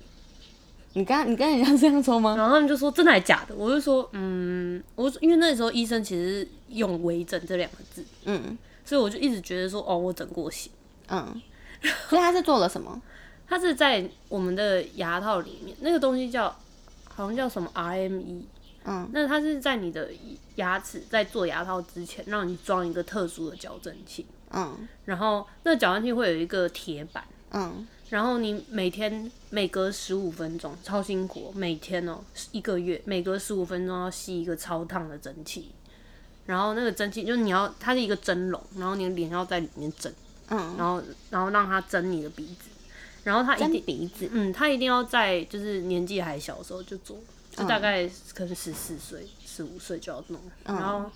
[SPEAKER 2] 你刚你跟人家这样说吗？
[SPEAKER 1] 然后他们就说真的还假的？我就说嗯，我因为那时候医生其实用“微整”这两个字，
[SPEAKER 2] 嗯
[SPEAKER 1] 所以我就一直觉得说哦，我整过形。
[SPEAKER 2] 嗯。所以他是做了什么？
[SPEAKER 1] 它是在我们的牙套里面，那个东西叫好像叫什么 RME，
[SPEAKER 2] 嗯
[SPEAKER 1] 那它是在你的牙齿在做牙套之前，让你装一个特殊的矫正器。
[SPEAKER 2] 嗯
[SPEAKER 1] 然后那矫正器会有一个铁板，
[SPEAKER 2] 嗯
[SPEAKER 1] 然后你每天每隔十五分钟，超辛苦哦，每天哦一个月每隔十五分钟要吸一个超烫的蒸汽，然后那个蒸汽就是你要它是一个蒸笼，然后你的脸要在里面蒸，
[SPEAKER 2] 嗯。
[SPEAKER 1] 然后然后让它蒸你的鼻子，然后它一
[SPEAKER 2] 粘
[SPEAKER 1] 定
[SPEAKER 2] 鼻子。
[SPEAKER 1] 嗯，他一定要在就是年纪还小的时候就做，
[SPEAKER 2] 嗯
[SPEAKER 1] 就大概可能十四岁、十五岁就要弄。
[SPEAKER 2] 嗯
[SPEAKER 1] 然后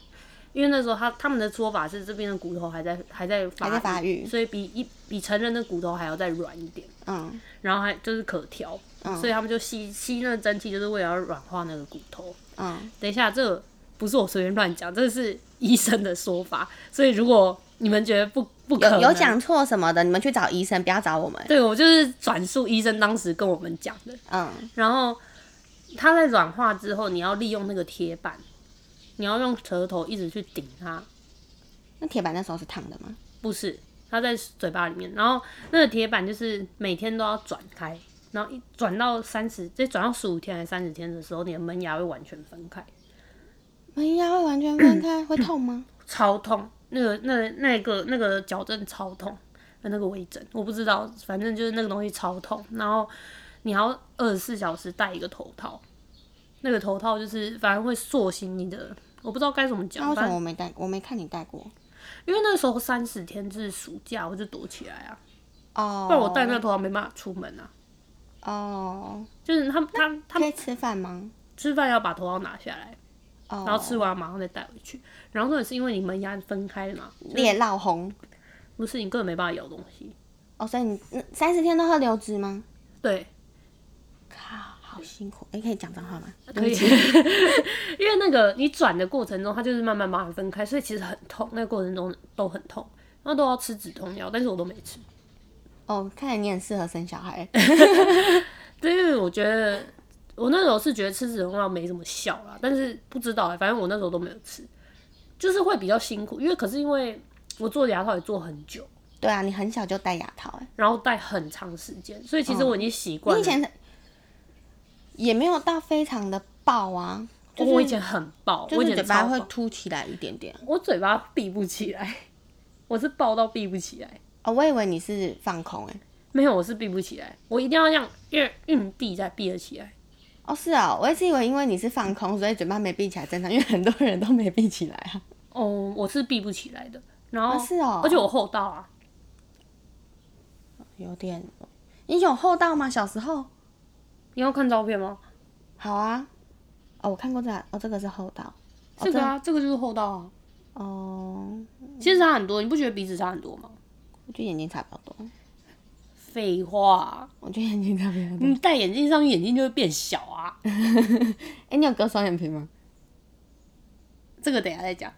[SPEAKER 1] 因为那时候他他们的说法是这边的骨头还在还在发
[SPEAKER 2] 还在发育
[SPEAKER 1] 所以比一比成人的骨头还要再软一点，
[SPEAKER 2] 嗯
[SPEAKER 1] 然后还就是可调，所以他们就吸吸那个蒸汽，就是为了要软化那个骨头。
[SPEAKER 2] 嗯。
[SPEAKER 1] 等一下，这个不是我随便乱讲，这是医生的说法， 所以如果你们觉得不不可
[SPEAKER 2] 有
[SPEAKER 1] 能
[SPEAKER 2] 有讲错什么的，你们去找医生，不要找我们。
[SPEAKER 1] 对我就是转述医生当时跟我们讲的。
[SPEAKER 2] 嗯
[SPEAKER 1] 然后它在软化之后，你要利用那个铁板，你要用舌头一直去顶它，
[SPEAKER 2] 那铁板那时候是烫的吗？
[SPEAKER 1] 不是它在嘴巴里面。然后那个铁板就是每天都要转开，然后一转到三十，再转到十五天还是三十天的时候，你的门牙会完全分开，
[SPEAKER 2] 门牙会完全分开，会痛吗？
[SPEAKER 1] 超痛。那个、那个、那个、那个矫正超痛，那个微整我不知道，反正就是那个东西超痛。然后你还要二十四小时戴一个头套，那个头套就是反正会塑形你的，我不知道该怎么
[SPEAKER 2] 那
[SPEAKER 1] 讲。
[SPEAKER 2] 为什
[SPEAKER 1] 反
[SPEAKER 2] 么
[SPEAKER 1] 正
[SPEAKER 2] 我没戴？我没看你戴过。
[SPEAKER 1] 因为那时候三十天是暑假，我就躲起来啊，
[SPEAKER 2] 哦。
[SPEAKER 1] 不然我戴那个头套没办法出门啊。
[SPEAKER 2] 哦，
[SPEAKER 1] 就是他们他们他
[SPEAKER 2] 可
[SPEAKER 1] 们
[SPEAKER 2] 以吃饭吗？
[SPEAKER 1] 吃饭要把头套拿下来，
[SPEAKER 2] 哦，
[SPEAKER 1] 然后吃完马上再带回去。然后重点是因为你门牙分开嘛，
[SPEAKER 2] 裂烙红
[SPEAKER 1] 不是你根本没办法咬东西。
[SPEAKER 2] 哦，所以你三十天都喝流质吗？
[SPEAKER 1] 对，
[SPEAKER 2] 靠，好辛苦！哎、可以讲脏话吗？
[SPEAKER 1] 可以，因为那个你转的过程中，它就是慢慢把你分开，所以其实很痛，那个过程中都很痛，然后都要吃止痛药，但是我都没吃。
[SPEAKER 2] 哦，看来你很适合生小孩。
[SPEAKER 1] 对，因为我觉得我那时候是觉得吃止痛药没什么效啦，但是不知道、欸，反正我那时候都没有吃，就是会比较辛苦，因为可是因为我做牙套也做很久，
[SPEAKER 2] 对啊，你很小就戴牙套、哎，
[SPEAKER 1] 然后戴很长时间，所以其实我已经习惯了。
[SPEAKER 2] 你以前也没有到非常的爆啊，就是
[SPEAKER 1] 哦我以前很爆，
[SPEAKER 2] 就
[SPEAKER 1] 我以
[SPEAKER 2] 是
[SPEAKER 1] 前
[SPEAKER 2] 嘴巴
[SPEAKER 1] 超
[SPEAKER 2] 会
[SPEAKER 1] 爆
[SPEAKER 2] 凸起来一点点。啊
[SPEAKER 1] 我嘴巴闭不起来，我是爆到闭不起来。
[SPEAKER 2] 哦，我以为你是放空、哎，
[SPEAKER 1] 没有，我是闭不起来，我一定要这样运运闭再闭得起来。
[SPEAKER 2] 哦，是啊、我一直以为因为你是放空，所以嘴巴没闭起来正常，因为很多人都没闭起来啊。
[SPEAKER 1] 哦，我是闭不起来的。然后、
[SPEAKER 2] 啊是哦
[SPEAKER 1] 而且我厚道啊，
[SPEAKER 2] 有点，
[SPEAKER 1] 哦
[SPEAKER 2] 你有厚道吗？小时候？
[SPEAKER 1] 你要看照片吗？
[SPEAKER 2] 好啊。哦，我看过这个，哦，这个是厚道。哦
[SPEAKER 1] 这个啊，这个就是厚道啊。
[SPEAKER 2] 哦，
[SPEAKER 1] 其实差很多，你不觉得鼻子差很多吗？
[SPEAKER 2] 我觉得眼睛差不多，
[SPEAKER 1] 废话，
[SPEAKER 2] 我觉得眼睛差不多。
[SPEAKER 1] 你戴眼镜上去眼睛就会变小啊。
[SPEAKER 2] 哎、你有割双眼皮吗？
[SPEAKER 1] 这个等一下再讲。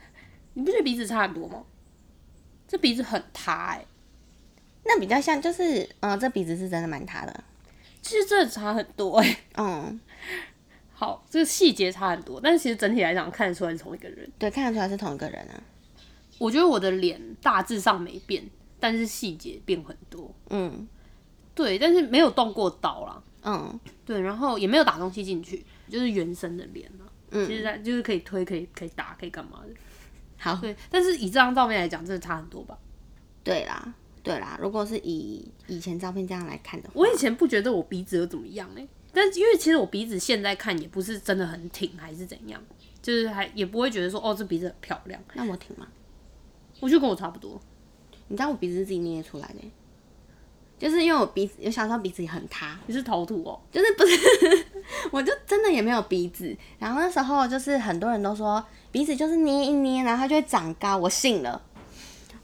[SPEAKER 1] 你不觉得鼻子差很多吗？这鼻子很塌哎、
[SPEAKER 2] 那比较像，就是，嗯、这鼻子是真的蛮塌的。
[SPEAKER 1] 其实真的差很多哎、
[SPEAKER 2] 嗯，
[SPEAKER 1] 好，这个细节差很多，但是其实整体来讲看得出来是同一个人。
[SPEAKER 2] 对，看得出来是同一个人啊。
[SPEAKER 1] 我觉得我的脸大致上没变，但是细节变很多。
[SPEAKER 2] 嗯
[SPEAKER 1] 对，但是没有动过刀啦。
[SPEAKER 2] 嗯，
[SPEAKER 1] 对，然后也没有打东西进去，就是原生的脸啊。
[SPEAKER 2] 嗯
[SPEAKER 1] 其实它就是可以推，可以可以打，可以干嘛的。
[SPEAKER 2] 好，
[SPEAKER 1] 对，但是以这张照片来讲，真的差很多吧。
[SPEAKER 2] 对啦，对啦。如果是以以前照片这样来看的话，
[SPEAKER 1] 我以前不觉得我鼻子有怎么样哎、但是因为其实我鼻子现在看也不是真的很挺，还是怎样，就是还也不会觉得说哦这鼻子很漂亮，
[SPEAKER 2] 那我挺吗？
[SPEAKER 1] 我觉得跟我差不多。
[SPEAKER 2] 你知道我鼻子是自己捏出来的欸、就是因为我鼻子，我小时候鼻子很塌，
[SPEAKER 1] 你是陶土哦、
[SPEAKER 2] 就是不是， 我就真的也没有鼻子。然后那时候就是很多人都说鼻子就是捏一捏，然后它就会长高，我信了。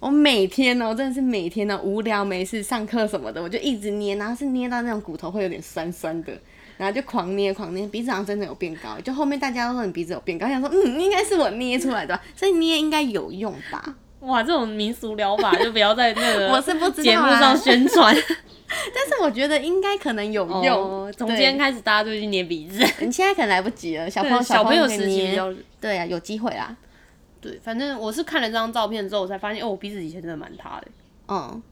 [SPEAKER 2] 我每天哦，真的是每天哦，无聊没事上课什么的，我就一直捏，然后是捏到那种骨头会有点酸酸的，然后就狂捏狂捏，鼻子好像真的有变高。就后面大家都说你鼻子有变高，我想说嗯，应该是我捏出来的吧，所以捏应该有用吧。
[SPEAKER 1] 哇，这种民俗疗法就不要在那个
[SPEAKER 2] 我是不知
[SPEAKER 1] 呃节
[SPEAKER 2] 道啊
[SPEAKER 1] 目上宣传
[SPEAKER 2] 但是我觉得应该可能有用。
[SPEAKER 1] 哦从今天开始，大家就去捏鼻子。
[SPEAKER 2] 对，你现在可能来不及了，小朋友
[SPEAKER 1] 对，小朋友
[SPEAKER 2] 可以
[SPEAKER 1] 时期
[SPEAKER 2] 捏
[SPEAKER 1] 比较
[SPEAKER 2] 对啊，有机会啦。
[SPEAKER 1] 对，反正我是看了这张照片之后，我才发现哦，我鼻子以前真的蛮塌的。
[SPEAKER 2] 嗯，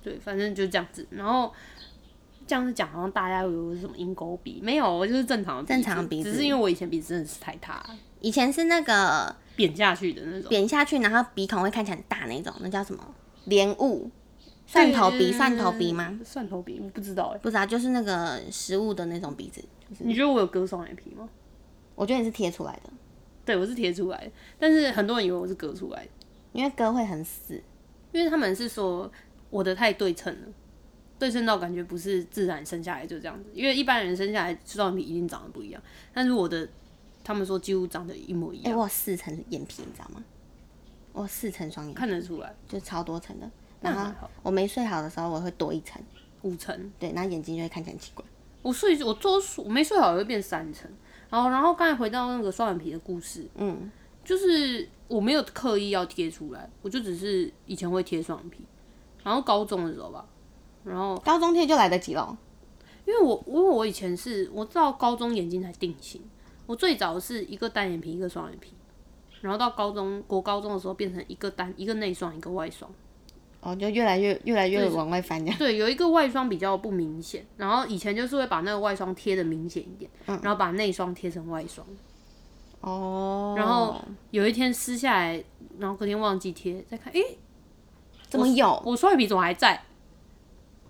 [SPEAKER 1] 对，反正就这样子。然后这样子讲，好像大家以为我是什么鹰钩鼻，没有，我就是正常的鼻子
[SPEAKER 2] 正常鼻子
[SPEAKER 1] 只是因为我以前鼻子真的是太塌了，
[SPEAKER 2] 以前是那个
[SPEAKER 1] 扁下去的那种。
[SPEAKER 2] 扁下去，然后鼻孔会看起来很大那种，那叫什么？莲雾、蒜头鼻、蒜头鼻吗？？
[SPEAKER 1] 蒜头鼻，我不知道哎。
[SPEAKER 2] 不知道、就是那个食物的那种鼻子。
[SPEAKER 1] 你觉得我有割双眼皮吗？
[SPEAKER 2] 我觉得你是贴出来的，
[SPEAKER 1] 对，我是贴出来的，但是很多人以为我是割出来的，
[SPEAKER 2] 因为割会很死。
[SPEAKER 1] 因为他们是说我的太对称了，对称到感觉不是自然生下来就这样子，因为一般人生下来双眼皮一定长得不一样，但是我的他们说几乎长得一模一
[SPEAKER 2] 哎、
[SPEAKER 1] 样，
[SPEAKER 2] 我有四层眼皮，你知道吗？我有四层双眼皮，
[SPEAKER 1] 看得出来
[SPEAKER 2] 就超多层的。
[SPEAKER 1] 那
[SPEAKER 2] 然
[SPEAKER 1] 还好
[SPEAKER 2] 后我没睡好的时候，我会多一层，
[SPEAKER 1] 五层。
[SPEAKER 2] 对，然后眼睛就会看起来很奇怪。
[SPEAKER 1] 我睡我做我没睡好也会变三层，然后然后刚才回到那个双眼皮的故事，
[SPEAKER 2] 嗯，
[SPEAKER 1] 就是我没有刻意要贴出来，我就只是以前会贴双眼皮，然后高中的时候吧，然后
[SPEAKER 2] 嗯高中贴就来得及了。
[SPEAKER 1] 因为我因为我以前是我到高中眼睛才定型，我最早是一个单眼皮一个双眼皮，然后到高中国高中的时候变成一个单一个内双一个外双，
[SPEAKER 2] 哦，就越来越越来越往外翻这样。
[SPEAKER 1] 对，有一个外双比较不明显，然后以前就是会把那个外双贴的明显一点，
[SPEAKER 2] 嗯
[SPEAKER 1] 然后把内双贴成外双，
[SPEAKER 2] 哦，
[SPEAKER 1] 然后有一天撕下来，然后隔天忘记贴，再看，诶、
[SPEAKER 2] 怎么有？
[SPEAKER 1] 我双眼皮怎么还在？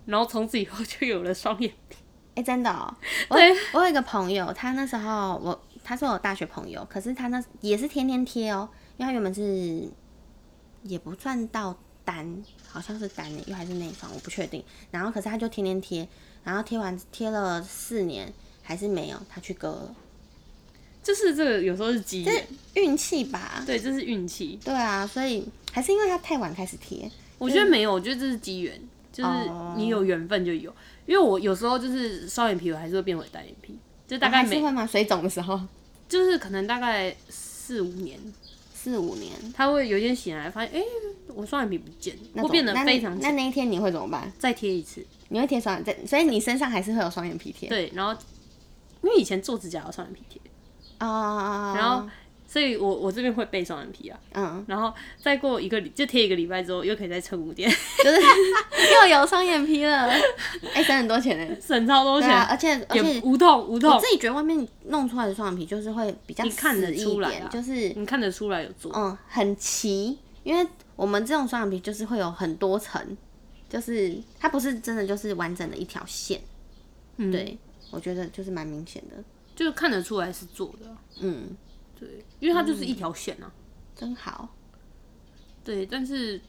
[SPEAKER 1] 然后从此以后就有了双眼皮，
[SPEAKER 2] 哎、真的、 哦，我我有一个朋友，他那时候我他是我大学朋友，可是他那也是天天贴哦，因为他原本是也不算到单，好像是单的，欸又还是内双，我不确定。然后可是他就天天贴，然后贴完贴了四年还是没有，他去割了，
[SPEAKER 1] 就是这个有时候是基因
[SPEAKER 2] 这，是运气吧？
[SPEAKER 1] 对，这是运气。
[SPEAKER 2] 对啊，所以还是因为他太晚开始贴，
[SPEAKER 1] 我觉得没有，我觉得这是机缘，就是
[SPEAKER 2] 嗯哦
[SPEAKER 1] 你有缘分就有。因为我有时候就是双眼皮，我还是会变回单眼皮，就大概
[SPEAKER 2] 哦还是
[SPEAKER 1] 每、
[SPEAKER 2] 会嘛，水肿的时候
[SPEAKER 1] 就是可能大概四五年，
[SPEAKER 2] 四五年，
[SPEAKER 1] 他会有一天醒来发现，哎、我双眼皮不见
[SPEAKER 2] 那
[SPEAKER 1] 了，会变
[SPEAKER 2] 怎么
[SPEAKER 1] 得
[SPEAKER 2] 那
[SPEAKER 1] 非常
[SPEAKER 2] 那
[SPEAKER 1] 浅。
[SPEAKER 2] 那一天你会怎么办？
[SPEAKER 1] 再贴一次，
[SPEAKER 2] 你会贴双眼在，所以你身上还是会有双眼皮贴
[SPEAKER 1] 对，然后因为以前做指甲有双眼皮贴，
[SPEAKER 2] 哦。
[SPEAKER 1] 然后所以我我这边会备双眼皮啊，
[SPEAKER 2] 嗯，
[SPEAKER 1] 然后再过一个礼就贴一个礼拜之后，又可以再撑五天，
[SPEAKER 2] 就是 又有双眼皮了，哎、省很多钱呢。
[SPEAKER 1] 省超多
[SPEAKER 2] 对
[SPEAKER 1] 钱，
[SPEAKER 2] 啊，而且而
[SPEAKER 1] 也
[SPEAKER 2] 且
[SPEAKER 1] 无痛无
[SPEAKER 2] 我
[SPEAKER 1] 痛，
[SPEAKER 2] 自己觉得外面弄出来的双眼皮就是会比较
[SPEAKER 1] 你看得
[SPEAKER 2] 死一
[SPEAKER 1] 出来
[SPEAKER 2] 点
[SPEAKER 1] 啊
[SPEAKER 2] 就是
[SPEAKER 1] 你看得出来有做。
[SPEAKER 2] 嗯很齐，因为我们这种双眼皮就是会有很多层，就是它不是真的就是完整的一条线。
[SPEAKER 1] 嗯
[SPEAKER 2] 对，我觉得就是蛮明显的。
[SPEAKER 1] 就是看得出来是做的，啊
[SPEAKER 2] 嗯，
[SPEAKER 1] 对，因为它就是一条线啊，
[SPEAKER 2] 真好。
[SPEAKER 1] 对，但是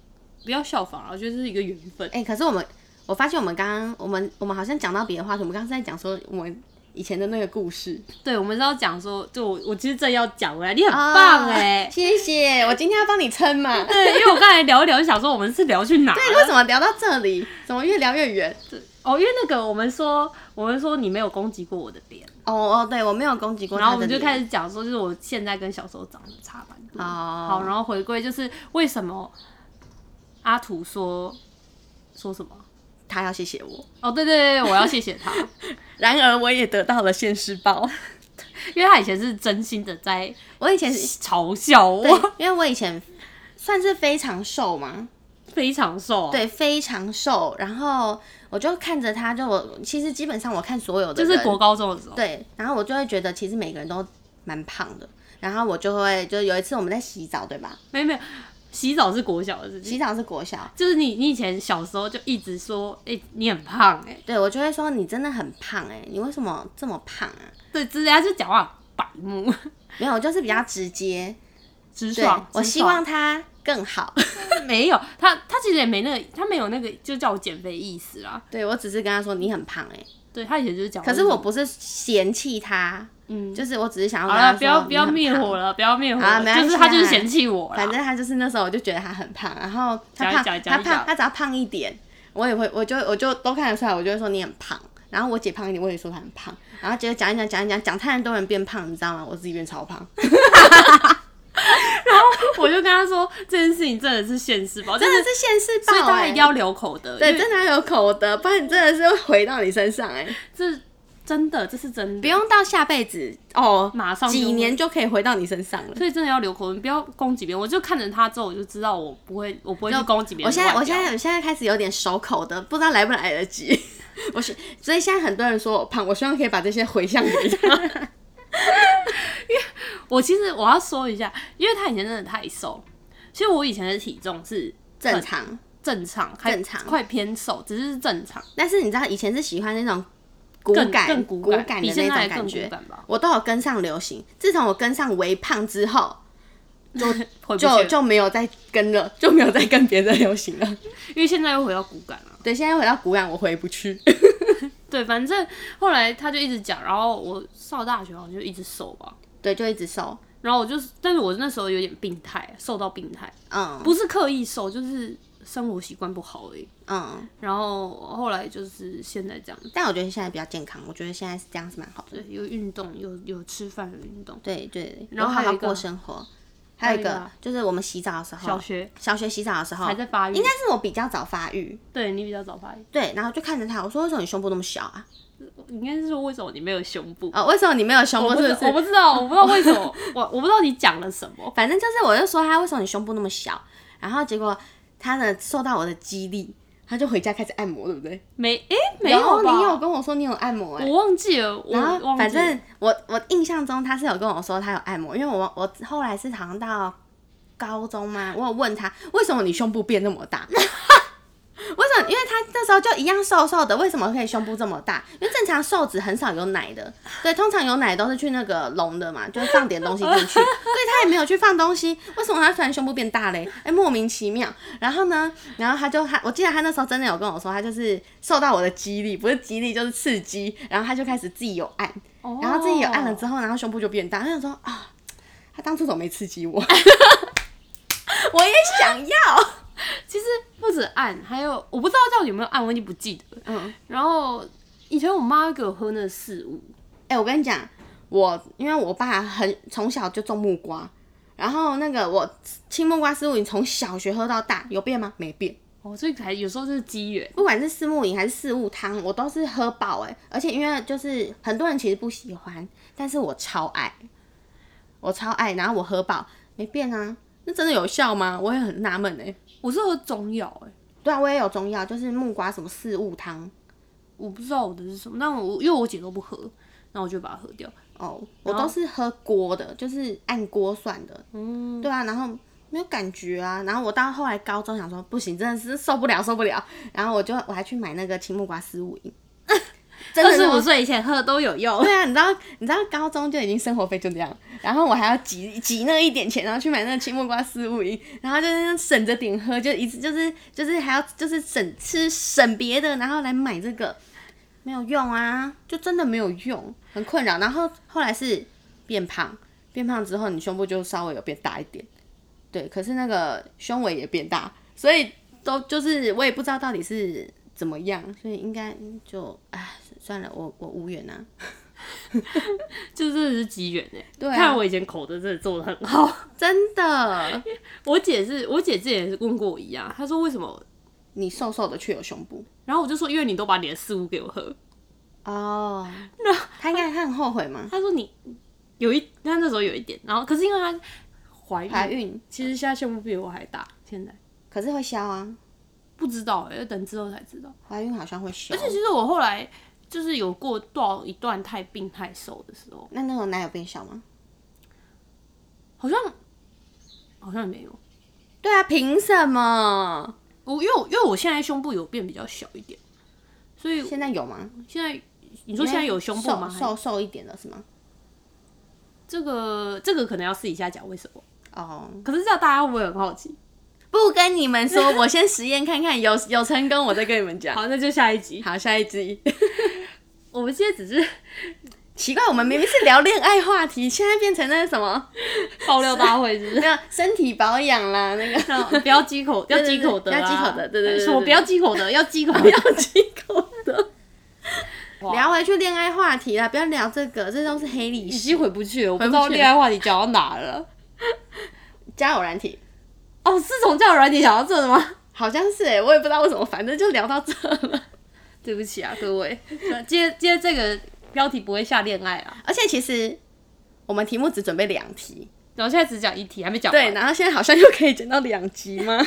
[SPEAKER 1] 不要效仿啊，我觉得这是一个缘分。
[SPEAKER 2] 哎、可是我们我发现我们刚刚我们我们好像讲到别的话题，我们刚刚是在讲说我们以前的那个故事。
[SPEAKER 1] 对，我们是要讲说，就我我其实正要讲回来，你很棒哎、
[SPEAKER 2] 哦谢谢，我今天要帮你撑 嘛。对，
[SPEAKER 1] 对，因为我刚才聊一聊，就想说我们是聊去哪？
[SPEAKER 2] 为什么聊到这里，怎么越聊越远？
[SPEAKER 1] 哦，因为那个我们说，我们说你没有攻击过我的脸，
[SPEAKER 2] 哦哦，对我没有攻击过他
[SPEAKER 1] 然
[SPEAKER 2] 的
[SPEAKER 1] 后我们就
[SPEAKER 2] 脸
[SPEAKER 1] 开始讲说，就是我现在跟小时候长得差蛮多。
[SPEAKER 2] 哦
[SPEAKER 1] 好，然后回归就是为什么阿图说说什么？
[SPEAKER 2] 他要谢谢我。
[SPEAKER 1] 哦，对对对，我要谢谢 他。
[SPEAKER 2] 然而我也得到了现世报。
[SPEAKER 1] 因为他以前是真心的在
[SPEAKER 2] 我以前是，
[SPEAKER 1] 嘲笑
[SPEAKER 2] 对
[SPEAKER 1] 我，
[SPEAKER 2] 因为 我以前算是非常瘦嘛，
[SPEAKER 1] 非常瘦，，哦
[SPEAKER 2] 对，非常瘦。然后我就看着他，就我其实基本上我看所有的
[SPEAKER 1] 就
[SPEAKER 2] 人，
[SPEAKER 1] 是国高中的时候，
[SPEAKER 2] 对，然后我就会觉得其实每个人都蛮胖的。然后我就会，就有一次我们在洗澡，对吧？
[SPEAKER 1] 没有没有，洗澡是国小的事
[SPEAKER 2] 洗
[SPEAKER 1] 情，
[SPEAKER 2] 澡是国小，
[SPEAKER 1] 就是你你以前小时候就一直说，哎、你很胖、哎，
[SPEAKER 2] 对我就会说你真的很胖哎、你为什么这么胖啊？
[SPEAKER 1] 对，之类，他就讲话很白目，
[SPEAKER 2] 没有，我就是比较直接。
[SPEAKER 1] 直
[SPEAKER 2] 对
[SPEAKER 1] 爽，，
[SPEAKER 2] 我
[SPEAKER 1] 直
[SPEAKER 2] 希
[SPEAKER 1] 爽
[SPEAKER 2] 望他更好。
[SPEAKER 1] 没有他，他其实也没那个，他没有那个就叫我减肥意思啦，
[SPEAKER 2] 对我只是跟他说你很胖哎、
[SPEAKER 1] 对他以前就是讲，
[SPEAKER 2] 可是我，不是嫌弃他，
[SPEAKER 1] 嗯，
[SPEAKER 2] 就是我只是想要
[SPEAKER 1] 好
[SPEAKER 2] 跟他
[SPEAKER 1] 了，
[SPEAKER 2] 说
[SPEAKER 1] 不要不要
[SPEAKER 2] 你很
[SPEAKER 1] 灭
[SPEAKER 2] 胖
[SPEAKER 1] 火了，不要灭火了，
[SPEAKER 2] 啊没关
[SPEAKER 1] 就是
[SPEAKER 2] 系
[SPEAKER 1] 他就是
[SPEAKER 2] 啊
[SPEAKER 1] 嫌弃我
[SPEAKER 2] 反
[SPEAKER 1] 啦，
[SPEAKER 2] 正他就是那时候我就觉得他很胖，然后他
[SPEAKER 1] 讲一
[SPEAKER 2] 胖
[SPEAKER 1] 讲一讲
[SPEAKER 2] 他
[SPEAKER 1] 一讲
[SPEAKER 2] 胖他只要胖一点，我也会我就我就都看得出来，我就会说你很胖。然后我姐胖一点，我也说她很胖。然后结果讲一讲讲一讲讲，太多人变胖，你知道吗？我自己变超胖，
[SPEAKER 1] 我就跟他说这件事情真的是现世报，但
[SPEAKER 2] 真
[SPEAKER 1] 是
[SPEAKER 2] 的是现世报、
[SPEAKER 1] 所以
[SPEAKER 2] 欸。
[SPEAKER 1] 大家一定要留口德，
[SPEAKER 2] 对，
[SPEAKER 1] 因为
[SPEAKER 2] 真的要有口德，不然真的是会回到你身上哎、
[SPEAKER 1] 这真的，这是真的，
[SPEAKER 2] 不用到下辈子哦，
[SPEAKER 1] 马上就
[SPEAKER 2] 几
[SPEAKER 1] 会
[SPEAKER 2] 年就可以回到你身上了。
[SPEAKER 1] 所以真的要留口你不要攻击别人。我就看着他之后，我就知道我不会，我不会去
[SPEAKER 2] 就
[SPEAKER 1] 攻击别人
[SPEAKER 2] 我
[SPEAKER 1] 的
[SPEAKER 2] 现
[SPEAKER 1] 外
[SPEAKER 2] 在
[SPEAKER 1] 表。
[SPEAKER 2] 我现在我现在开始有点守口的，不知道来不来得及。 我是所以现在很多人说我胖，我希望可以把这些回向给他。
[SPEAKER 1] 我其实我要说一下，因为他以前真的太瘦，其实我以前的体重是
[SPEAKER 2] 正常，
[SPEAKER 1] 正常，还
[SPEAKER 2] 正常
[SPEAKER 1] 快偏瘦，只是正常，
[SPEAKER 2] 但是你知道以前是喜欢那种骨
[SPEAKER 1] 更
[SPEAKER 2] 感、
[SPEAKER 1] 更
[SPEAKER 2] 骨
[SPEAKER 1] 骨感
[SPEAKER 2] 感
[SPEAKER 1] 比
[SPEAKER 2] 的
[SPEAKER 1] 现在
[SPEAKER 2] 那种
[SPEAKER 1] 还
[SPEAKER 2] 感
[SPEAKER 1] 更骨
[SPEAKER 2] 觉，
[SPEAKER 1] 感吧，
[SPEAKER 2] 我都有跟上流行。自从我跟上微胖之后，
[SPEAKER 1] 回不去
[SPEAKER 2] 就
[SPEAKER 1] 了，
[SPEAKER 2] 就没有再跟 了，就没有再跟别的流行了。
[SPEAKER 1] 因为现在又回到骨感了。
[SPEAKER 2] 对，现在回到骨感我回 不去。
[SPEAKER 1] 对，反正后来他就一直讲，然后我上大学好像就一直瘦吧，
[SPEAKER 2] 对，就一直瘦。
[SPEAKER 1] 然后我就是，但是我那时候有点病态，瘦到病态，
[SPEAKER 2] 嗯
[SPEAKER 1] 不是刻意瘦，就是生活习惯不好而已。
[SPEAKER 2] 嗯，
[SPEAKER 1] 然后后来就是现在这样，
[SPEAKER 2] 但我觉得现在比较健康，我觉得现在是这样是蛮好的。
[SPEAKER 1] 对，有运动，有有吃饭，有运动。
[SPEAKER 2] 对对，
[SPEAKER 1] 然后
[SPEAKER 2] 有
[SPEAKER 1] 还
[SPEAKER 2] 好
[SPEAKER 1] 有
[SPEAKER 2] 好
[SPEAKER 1] 一个
[SPEAKER 2] 过生活。还有一
[SPEAKER 1] 还有一
[SPEAKER 2] 个
[SPEAKER 1] 个
[SPEAKER 2] 就是我们洗澡的时候，
[SPEAKER 1] 小学
[SPEAKER 2] 小学洗澡的时候
[SPEAKER 1] 还，在发育，
[SPEAKER 2] 应该是我比较早发育，
[SPEAKER 1] 对你比较早发育，
[SPEAKER 2] 对，然后就看着他，我说为什么你胸部那么小啊？
[SPEAKER 1] 应该是说为什么你没有胸部？
[SPEAKER 2] 哦，为什么你没有胸部？
[SPEAKER 1] 我不
[SPEAKER 2] 是
[SPEAKER 1] 知
[SPEAKER 2] 不
[SPEAKER 1] 我不
[SPEAKER 2] 是？
[SPEAKER 1] 知道，我不知道为什么，我我不知道你讲了什么。
[SPEAKER 2] 反正就是我就说他为什么你胸部那么小，然后结果他呢受到我的激励，他就回家开始按摩，对不对？
[SPEAKER 1] 没，诶，没有吧？
[SPEAKER 2] 你有跟我说你有按摩哎、
[SPEAKER 1] 我忘记了，我
[SPEAKER 2] 然后
[SPEAKER 1] 忘记了
[SPEAKER 2] 反正我我印象中他是有跟我说他有按摩，因为我我后来是好像到高中嘛，我有问他为什么你胸部变那么大，为什么因为他那时候就一样瘦瘦的，为什么可以胸部这么大？因为正常瘦子很少有奶的，对，通常有奶都是去那个隆的嘛，就放点东西进 去，所以他也没有去放东西，为什么他突然胸部变大嘞？哎、莫名其妙。然后呢，然后他就他，我记得他那时候真的有跟我说，他就是受到我的激励，不是激励就是刺激，然后他就开始自己有按，
[SPEAKER 1] 哦
[SPEAKER 2] 然后自己有按了之后，然后胸部就变大，他想说啊。他当初怎么没刺激我？ 我也想要。
[SPEAKER 1] 其实不止按，还有我不知道到底有没有按，我已经不记得了。
[SPEAKER 2] 嗯，
[SPEAKER 1] 然后以前我妈会给我喝那个四物，
[SPEAKER 2] 哎、我跟你讲，我因为我爸很从小就种木瓜，然后那个我青木瓜丝木饮从小学喝到大，有变吗？没变。
[SPEAKER 1] 哦，所以还有时候是机缘。
[SPEAKER 2] 不管是四木饮还是四物汤，我都是喝饱哎、而且因为就是很多人其实不喜欢，但是我超爱，我超爱，然后我喝饱没变啊，那真的有效吗？我也很纳闷哎。
[SPEAKER 1] 我是喝中药哎、
[SPEAKER 2] 对啊，我也有中药，就是木瓜什么四物汤
[SPEAKER 1] 我不知道我的是什么，但我因为我姐都不喝，然后我就把它喝掉。
[SPEAKER 2] 哦，我都是喝锅的，就是按锅算的，
[SPEAKER 1] 嗯，
[SPEAKER 2] 对啊，然后没有感觉啊，然后我到后来高中想说不行，真的是受不了受不了，然后我就我还去买那个青木瓜丝五饮， 真
[SPEAKER 1] 二
[SPEAKER 2] 的是
[SPEAKER 1] 十五
[SPEAKER 2] 我。
[SPEAKER 1] 岁以前喝都有用。
[SPEAKER 2] 对啊，你知道你知道高中就已经生活费就这样，然后我还要挤挤那一点钱，然后去买那个青木瓜丝五饮，然后就是省着点喝，就一直就是就是还要就是省吃省别的，然后来买这个，没有用啊，就真的没有用，很困扰。然后后来是变胖，变胖之后你胸部就稍微有变大一点，对，可是那个胸围也变大，所以都就是我也不知道到底是怎么样，所以应该就唉算了，我我无缘啊。
[SPEAKER 1] 就真的是机缘哎。
[SPEAKER 2] 对啊
[SPEAKER 1] 看来我以前口德真的做的很好。
[SPEAKER 2] 真的，
[SPEAKER 1] 我姐是我姐之前也是问过我一样，她说为什么？
[SPEAKER 2] 你瘦瘦的却有胸部
[SPEAKER 1] 然后我就说因为你都把你的四物给我喝。
[SPEAKER 2] 哦。他应该他很后悔吗？
[SPEAKER 1] 她说你有一，她那时候有一点，然后可是因为她怀孕，
[SPEAKER 2] 怀孕
[SPEAKER 1] 其实现在胸部比我还大，现在
[SPEAKER 2] 可是会消啊，
[SPEAKER 1] 不知道哎、要等之后才知道。
[SPEAKER 2] 怀孕好像会消
[SPEAKER 1] 而。且其实我后来就是有过到一段太病太瘦的时候，
[SPEAKER 2] 那那种奶有变小吗？
[SPEAKER 1] 好像好像也没有。
[SPEAKER 2] 对啊，凭什么？
[SPEAKER 1] 我因为我因为我现在胸部有变比较小一点，所以
[SPEAKER 2] 现在有吗？
[SPEAKER 1] 现在你说现在有胸部吗？
[SPEAKER 2] 瘦瘦瘦一点的是吗？
[SPEAKER 1] 这个这个可能要私底下讲为什么。
[SPEAKER 2] 哦，
[SPEAKER 1] 可是这样大家会不会很好奇？
[SPEAKER 2] 不跟你们说，我先实验看看，有有成功我再跟你们讲。
[SPEAKER 1] 好，那就下一集。
[SPEAKER 2] 好，下一集。
[SPEAKER 1] 我们现在只是
[SPEAKER 2] 奇怪，我们明明是聊恋爱话题，现在变成那个什么，
[SPEAKER 1] 爆料大会，是不
[SPEAKER 2] 没
[SPEAKER 1] 是？
[SPEAKER 2] 有身体保养啦，那个
[SPEAKER 1] 那不要忌口，要
[SPEAKER 2] 对对
[SPEAKER 1] 忌口的啊，
[SPEAKER 2] 不要忌口的对对对对对
[SPEAKER 1] 什么不要忌口的，要忌口 的。
[SPEAKER 2] 要忌口的。
[SPEAKER 1] 哇
[SPEAKER 2] 聊回去恋爱话题啦，不要聊这个，这都是黑历
[SPEAKER 1] 已
[SPEAKER 2] 史。
[SPEAKER 1] 经回不去了，我不知
[SPEAKER 2] 回
[SPEAKER 1] 道
[SPEAKER 2] 不去
[SPEAKER 1] 恋爱话题讲到哪了。
[SPEAKER 2] 交友软体
[SPEAKER 1] 哦，是从交友软体讲到这的吗？
[SPEAKER 2] 好像是哎、我也不知道为什么，反正就聊到这了。
[SPEAKER 1] 对不起啊，各位， 那今天今天这个标题不会下恋爱啊，
[SPEAKER 2] 而且其实我们题目只准备两题，
[SPEAKER 1] 然后现在只讲一题，还没讲完
[SPEAKER 2] 对，，然后现在好像又可以剪到两集吗？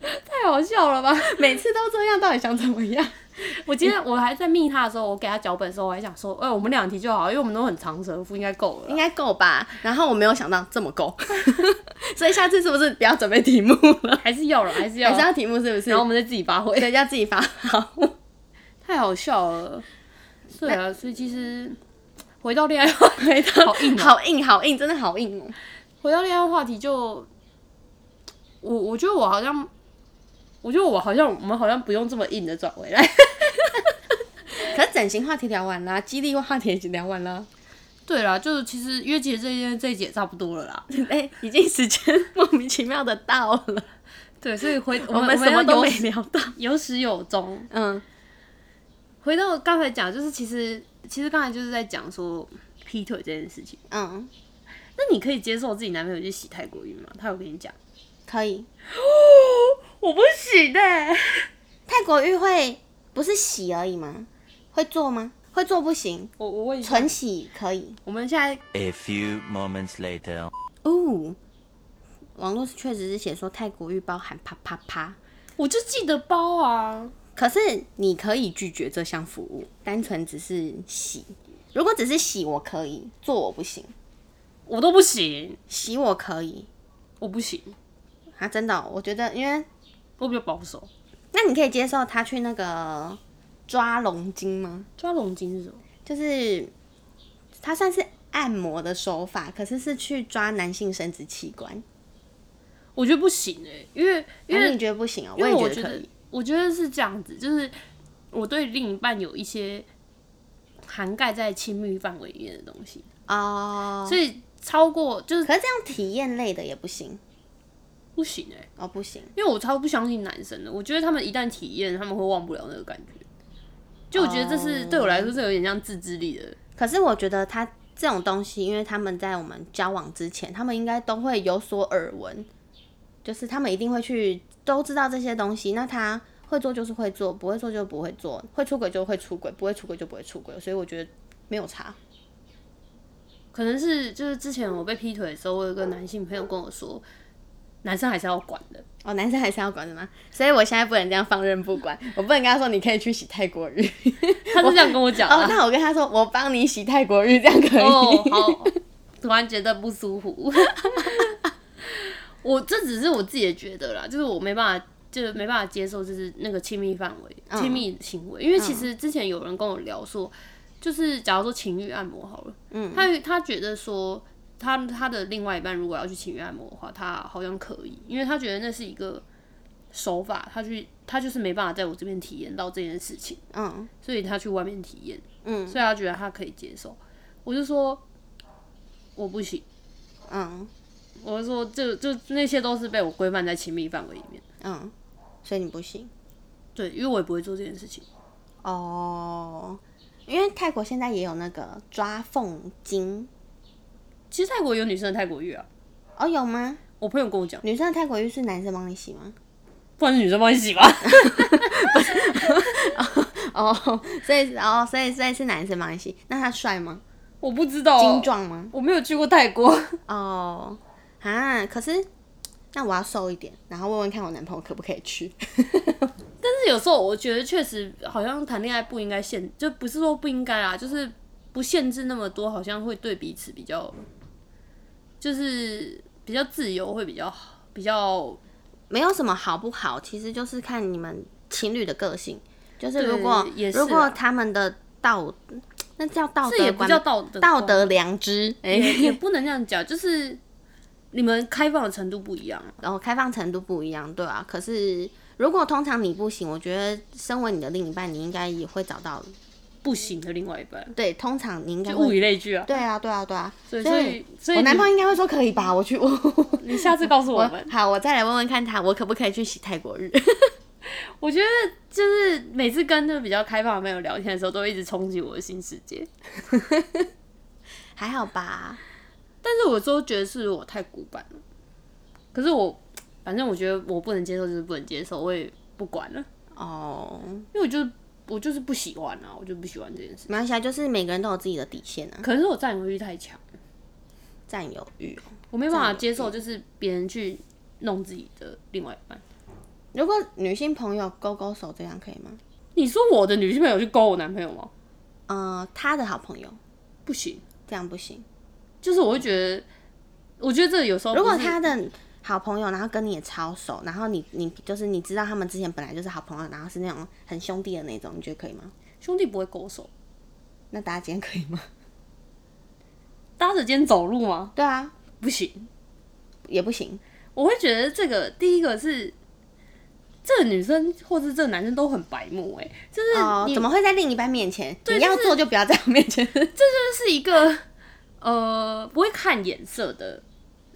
[SPEAKER 1] 太好笑了吧？
[SPEAKER 2] 每次都这样，到底想怎么样？
[SPEAKER 1] 我今天我还在密他的时候，我给他脚本的时候，我还想说，哎、我们两题就好，因为我们都很长舌妇，应该够了
[SPEAKER 2] 应
[SPEAKER 1] 啦。
[SPEAKER 2] 该够吧？然后我没有想到这么 够，所以下次是不是不要准备题目了？
[SPEAKER 1] 还是要了，还是要
[SPEAKER 2] 还
[SPEAKER 1] 啦，
[SPEAKER 2] 是 要题目是不是？
[SPEAKER 1] 然后我们再自己发挥。
[SPEAKER 2] 对，要自己发好。
[SPEAKER 1] 太好笑了。对啊，所以其实回到恋爱话题，回到好硬、啊，
[SPEAKER 2] 好硬，哦好硬，真的好硬哦、
[SPEAKER 1] 回到恋爱话题就，我我觉得我好像，我觉得我好像我们好像不用这么硬的转回来。
[SPEAKER 2] 可是整形话题聊完啦，激励话题已经聊完啦。
[SPEAKER 1] 对啦，就是其实约姐这一这一节差不多了啦。
[SPEAKER 2] 哎、已经时间莫名其妙的到了，
[SPEAKER 1] 对，所以回 我
[SPEAKER 2] 我们
[SPEAKER 1] 们
[SPEAKER 2] 什么都没
[SPEAKER 1] 要
[SPEAKER 2] 聊到。
[SPEAKER 1] 有有始有终。
[SPEAKER 2] 嗯，
[SPEAKER 1] 回到刚才讲，就是其实其实刚才就是在讲说劈腿这件事情。
[SPEAKER 2] 嗯，
[SPEAKER 1] 那你可以接受自己男朋友去洗泰国浴吗？他有跟你讲？
[SPEAKER 2] 可以。
[SPEAKER 1] 我不洗的、
[SPEAKER 2] 泰国浴会不是洗而已吗？会做吗？会做不行，
[SPEAKER 1] 我我问一下，
[SPEAKER 2] 纯洗可以。
[SPEAKER 1] 我们现在
[SPEAKER 3] A few moments later.
[SPEAKER 2] 哦，网络确实是写说泰国浴包含啪啪啪，
[SPEAKER 1] 我就记得包啊，
[SPEAKER 2] 可是你可以拒绝这项服务，单纯只是洗。如果只是洗我可以，做我不行，
[SPEAKER 1] 我都不行，
[SPEAKER 2] 洗我可以
[SPEAKER 1] 我不行，
[SPEAKER 2] 啊！真的哦、我觉得因为
[SPEAKER 1] 我比较保守。
[SPEAKER 2] 那你可以接受他去那个抓龙筋吗？
[SPEAKER 1] 抓龙筋是什么？
[SPEAKER 2] 就是它算是按摩的手法，可是是去抓男性生殖器官。
[SPEAKER 1] 我觉得不行哎、因为因
[SPEAKER 2] 因
[SPEAKER 1] 为
[SPEAKER 2] 为你觉得不行哦、
[SPEAKER 1] 因为
[SPEAKER 2] 我
[SPEAKER 1] 我
[SPEAKER 2] 也
[SPEAKER 1] 觉
[SPEAKER 2] 觉得可
[SPEAKER 1] 得
[SPEAKER 2] 以。，
[SPEAKER 1] 我觉得是这样子，就是我对另一半有一些涵盖在亲密范围里面的东西，
[SPEAKER 2] 哦，
[SPEAKER 1] 所以超过就是
[SPEAKER 2] 可是这样体验类的也不行
[SPEAKER 1] 不行哎、
[SPEAKER 2] 哦，不行。
[SPEAKER 1] 因为我超不相信男生的，我觉得他们一旦体验，他们会忘不了那个感觉。就我觉得这是、
[SPEAKER 2] 哦
[SPEAKER 1] 对我来说，这有点像自制力的。
[SPEAKER 2] 可是我觉得他这种东西，因为他们在我们交往之前，他们应该都会有所耳闻，就是他们一定会去都知道这些东西。那他会做就是会做，不会做就不会做，会出轨就会出轨，不会出轨就不会出轨。所以我觉得没有差。
[SPEAKER 1] 可能是就是之前我被劈腿的时候，我有一个男性朋友跟我说，男生还是要管的。
[SPEAKER 2] 哦，男生还是要管的吗？所以我现在不能这样放任不 管，我不能跟他说你可以去洗泰国浴。
[SPEAKER 1] 他是这样跟我讲的、
[SPEAKER 2] 哦，那我跟他说我帮你洗泰国浴，这样可以。
[SPEAKER 1] 哦， 好， 突然觉得不舒服。 我这只是我自己的觉得啦，就是我没办法，就是没办法接受，就是那个亲密范围、亲密行为。因为其实之前有人跟我聊说，就是假如说情欲按摩好了，嗯，他他觉得说。他他的另外一半如果要去情欲按摩的话，他好像可以，因为他觉得那是一个手法，他去他就是没办法在我这边体验到这件事情。
[SPEAKER 2] 嗯，
[SPEAKER 1] 所以他去外面体验，
[SPEAKER 2] 嗯，
[SPEAKER 1] 所以他觉得他可以接受。我就说我不行，
[SPEAKER 2] 嗯
[SPEAKER 1] 我就说就就那些都是被我规范在亲密范围里面，
[SPEAKER 2] 嗯，所以你不行
[SPEAKER 1] 对，因为我也不会做这件事情。
[SPEAKER 2] 哦，因为泰国现在也有那个抓凤精
[SPEAKER 1] 其实泰国有女生的泰国浴啊，
[SPEAKER 2] 哦，有吗？
[SPEAKER 1] 我朋友跟我讲，
[SPEAKER 2] 女生的泰国浴是男生帮你洗吗？
[SPEAKER 1] 不然是女生帮你洗吧。
[SPEAKER 2] 哦，所以哦，所以所以是男生帮你洗，那他帅吗？
[SPEAKER 1] 我不知道哦
[SPEAKER 2] 精，壮吗？
[SPEAKER 1] 我没有去过泰国，
[SPEAKER 2] 哦，啊，可是那我要瘦一点，然后问问看我男朋友可不可以去。
[SPEAKER 1] 但是有时候我觉得确实好像谈恋爱不应该限，就不是说不应该啦，就是不限制那么多，好像会对彼此比较，就是比较自由会比较好，比较
[SPEAKER 2] 没有什么好不好，其实就是看你们情侣的个性。就是
[SPEAKER 1] 对
[SPEAKER 2] 如果
[SPEAKER 1] 也是啊
[SPEAKER 2] 如果他们的道，那叫道
[SPEAKER 1] 这也
[SPEAKER 2] 德
[SPEAKER 1] 不
[SPEAKER 2] 观
[SPEAKER 1] 叫
[SPEAKER 2] 吗，
[SPEAKER 1] 道德
[SPEAKER 2] 道
[SPEAKER 1] 观
[SPEAKER 2] 德良知。 哎、
[SPEAKER 1] 也也不能这样讲，就是你们开放的程度不一样啊。
[SPEAKER 2] 然后开放程度不一样，对啊。可是如果通常你不行，我觉得身为你的另一半，你应该也会找到。
[SPEAKER 1] 不行的另外一半，
[SPEAKER 2] 对，通常你应该
[SPEAKER 1] 就物以
[SPEAKER 2] 会。
[SPEAKER 1] 类聚啊。
[SPEAKER 2] 对啊，对啊，对啊。所
[SPEAKER 1] 对，所以所以
[SPEAKER 2] 我男朋
[SPEAKER 1] 友，
[SPEAKER 2] 友应该会说可以吧？我去，我
[SPEAKER 1] 你下次告诉我
[SPEAKER 2] 我
[SPEAKER 1] 们。
[SPEAKER 2] 好，我再来问问看他，我可不可以去洗泰国浴？
[SPEAKER 1] 我觉得就是每次跟那个比较开放的朋友聊天的时候，都会一直冲击我的新世界。
[SPEAKER 2] 还好吧？
[SPEAKER 1] 但是我有时候觉得是我太古板了。可是我，反正我觉得我不能接受，就是不能接受，我也不管了，
[SPEAKER 2] 哦，
[SPEAKER 1] 因为我就是我就是不喜欢啊，我就不喜欢这件事。
[SPEAKER 2] 没关系啊，就是每个人都有自己的底线啊，
[SPEAKER 1] 可能是我占有欲太强，
[SPEAKER 2] 占有欲哦。
[SPEAKER 1] 我没办法接受，就是别人去弄自己的另外一半。
[SPEAKER 2] 如果女性朋友勾勾手，这样可以吗？
[SPEAKER 1] 你说我的女性朋友去勾我男朋友吗？
[SPEAKER 2] 呃，他的好朋友
[SPEAKER 1] 不行，
[SPEAKER 2] 这样不行。
[SPEAKER 1] 就是我会觉得，我觉得这有时候
[SPEAKER 2] 如果
[SPEAKER 1] 不是
[SPEAKER 2] 他的好朋友，然后跟你也超熟，然后你你就是你知道他们之前本来就是好朋友，然后是那种很兄弟的那种，你觉得可以吗？
[SPEAKER 1] 兄弟不会勾手，
[SPEAKER 2] 那大家今天可以吗？
[SPEAKER 1] 搭着肩走路吗？
[SPEAKER 2] 对啊，
[SPEAKER 1] 不行，
[SPEAKER 2] 也不行。
[SPEAKER 1] 我会觉得这个第一个是这个女生或是这个男生都很白目、欸，哎，就是
[SPEAKER 2] 哦，
[SPEAKER 1] 你、
[SPEAKER 2] 怎么会在另一半面前？
[SPEAKER 1] 对
[SPEAKER 2] 你要
[SPEAKER 1] 就是
[SPEAKER 2] 做就不要在我 面前。
[SPEAKER 1] 这是一个呃不会看眼色的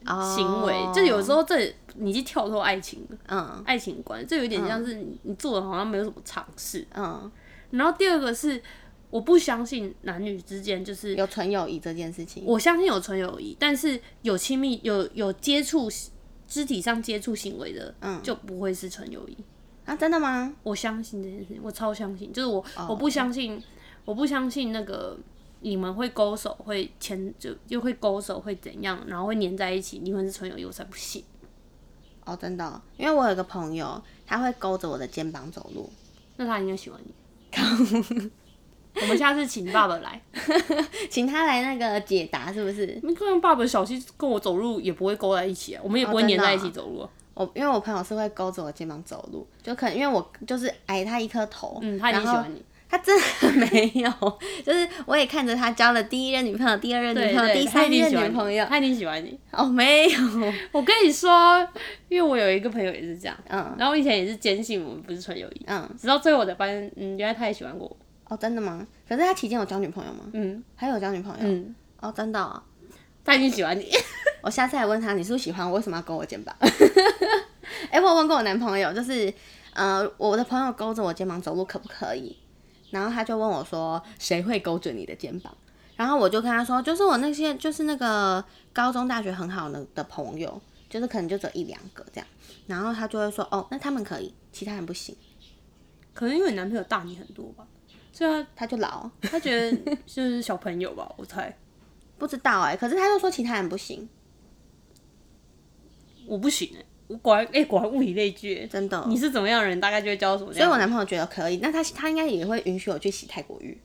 [SPEAKER 1] 行为，
[SPEAKER 2] 哦
[SPEAKER 1] 就有时
[SPEAKER 2] 候，
[SPEAKER 1] 候这你去跳脱爱情了
[SPEAKER 2] 嗯
[SPEAKER 1] 爱情观，这有点像是你你做的好像没有什么尝试。
[SPEAKER 2] 嗯，
[SPEAKER 1] 然后第二个是我不相信男女之间就是
[SPEAKER 2] 有纯友谊这件事情，
[SPEAKER 1] 我相信有纯友谊，但是有亲密有有接触肢体上接触行为的，
[SPEAKER 2] 嗯
[SPEAKER 1] 就不会是纯友谊。
[SPEAKER 2] 啊，真的吗？
[SPEAKER 1] 我相信这件事情，我超相信，就是我、
[SPEAKER 2] 哦
[SPEAKER 1] 我不相信，我不相信那个你们会勾手，会牵就又会勾手，会怎样，然后会黏在一起，你们是纯友谊，我才不信。
[SPEAKER 2] 哦，真的哦、因为我有个朋友，他会勾着我的肩膀走路，
[SPEAKER 1] 那他应该喜欢你。我们下次请爸爸来，
[SPEAKER 2] 请他来那个解答是不是？
[SPEAKER 1] 你看爸爸小溪跟我走路也不会勾在一起啊，我们也不
[SPEAKER 2] 哦
[SPEAKER 1] 会
[SPEAKER 2] 真
[SPEAKER 1] 黏
[SPEAKER 2] 的
[SPEAKER 1] 在
[SPEAKER 2] 啊
[SPEAKER 1] 一起走路啊、
[SPEAKER 2] 我因为我朋友是会勾着我肩膀走路，就可能因为我就是矮他一颗头，
[SPEAKER 1] 嗯，他已经喜
[SPEAKER 2] 然后
[SPEAKER 1] 欢你，
[SPEAKER 2] 他真的没有， 就是我也看着他交了第一任女朋友、第二任女朋友、第
[SPEAKER 1] 他
[SPEAKER 2] 三
[SPEAKER 1] 已经
[SPEAKER 2] 任
[SPEAKER 1] 喜欢
[SPEAKER 2] 女
[SPEAKER 1] 你
[SPEAKER 2] 朋友，
[SPEAKER 1] 他已经喜欢你。
[SPEAKER 2] 哦，没有，
[SPEAKER 1] 我跟你说，因为我有一个朋友也是这样，
[SPEAKER 2] 嗯
[SPEAKER 1] 然后以前也是坚信我们不是纯友谊，
[SPEAKER 2] 嗯，
[SPEAKER 1] 直到最后我才发现，嗯，原来他也喜欢过我，
[SPEAKER 2] 哦，真的吗？可是他期间有交女朋友吗？
[SPEAKER 1] 嗯
[SPEAKER 2] 还有交女朋友？
[SPEAKER 1] 嗯，
[SPEAKER 2] 哦，真的、哦。
[SPEAKER 1] 他已经喜欢你，
[SPEAKER 2] 我下次还问他，你是不是喜欢我？为什么要勾我肩膀？ 哎、我有问过我男朋友，就是呃，我的朋友勾着我肩膀走路可不可以？然后他就问我说，谁会勾着你的肩膀？然后我就跟他说，就是我那些就是那个高中、大学很好的的朋友，就是可能就只有一两个这样。然后他就会说，哦，那他们可以，其他人不行。
[SPEAKER 1] 可能因为你男朋友大你很多吧，所以
[SPEAKER 2] 他就老
[SPEAKER 1] 他他觉得就是小朋友吧，我 猜，
[SPEAKER 2] 不知道哎、可是他又说其他人不行，
[SPEAKER 1] 我不行哎、我果然哎、果然物以类聚欸、
[SPEAKER 2] 真的。
[SPEAKER 1] 你是怎么样的人，大概就会教什么样的人。
[SPEAKER 2] 所以我男朋友觉得可以，那他他应该也会允许我去洗泰国浴。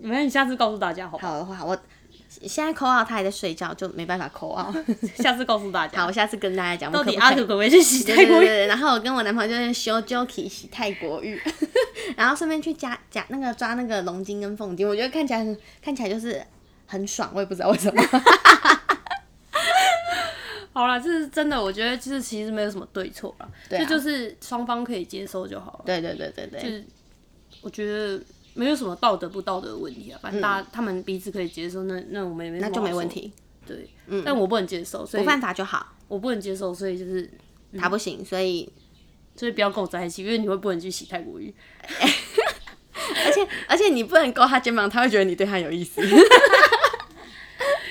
[SPEAKER 1] 没有，你下次告诉大家好吧，
[SPEAKER 2] 好的话，我现在扣 out 他还在睡觉，就没办法 扣 out。
[SPEAKER 1] 下次告诉大家。
[SPEAKER 2] 好，我下次跟大家讲，
[SPEAKER 1] 到
[SPEAKER 2] 我可
[SPEAKER 1] 底
[SPEAKER 2] 不
[SPEAKER 1] 阿
[SPEAKER 2] 可以
[SPEAKER 1] 可可不可以去洗
[SPEAKER 2] 对
[SPEAKER 1] 泰
[SPEAKER 2] 对
[SPEAKER 1] 国
[SPEAKER 2] 对
[SPEAKER 1] 浴？
[SPEAKER 2] 对，然后我跟我男朋友就是修 Joki 洗泰国浴， 然后顺便去夹夹那个抓那个龙筋跟凤筋，我觉得看起来很看起来就是很爽，我也不知道为什 么。
[SPEAKER 1] 好啦，这是真的，我觉得就是其实没有什么对错啦，
[SPEAKER 2] 对啊
[SPEAKER 1] 这就是双方可以接受就好了。
[SPEAKER 2] 对对对对
[SPEAKER 1] 就
[SPEAKER 2] 对，
[SPEAKER 1] 是我觉得没有什么道德不道德的问题啊，反正大家、他们彼此可以接受，那那我们也没什
[SPEAKER 2] 嗯那
[SPEAKER 1] 么
[SPEAKER 2] 就
[SPEAKER 1] 好
[SPEAKER 2] 没问
[SPEAKER 1] 说。
[SPEAKER 2] 题，
[SPEAKER 1] 对，但我不能接受，所
[SPEAKER 2] 不
[SPEAKER 1] 以
[SPEAKER 2] 犯法就好，
[SPEAKER 1] 我不能接受，所以就是
[SPEAKER 2] 他不行，所以
[SPEAKER 1] 所以不要跟我在一起，因为你会不能去洗泰国浴。
[SPEAKER 2] 而且而且你不能勾他肩膀，他会觉得你对他有意思。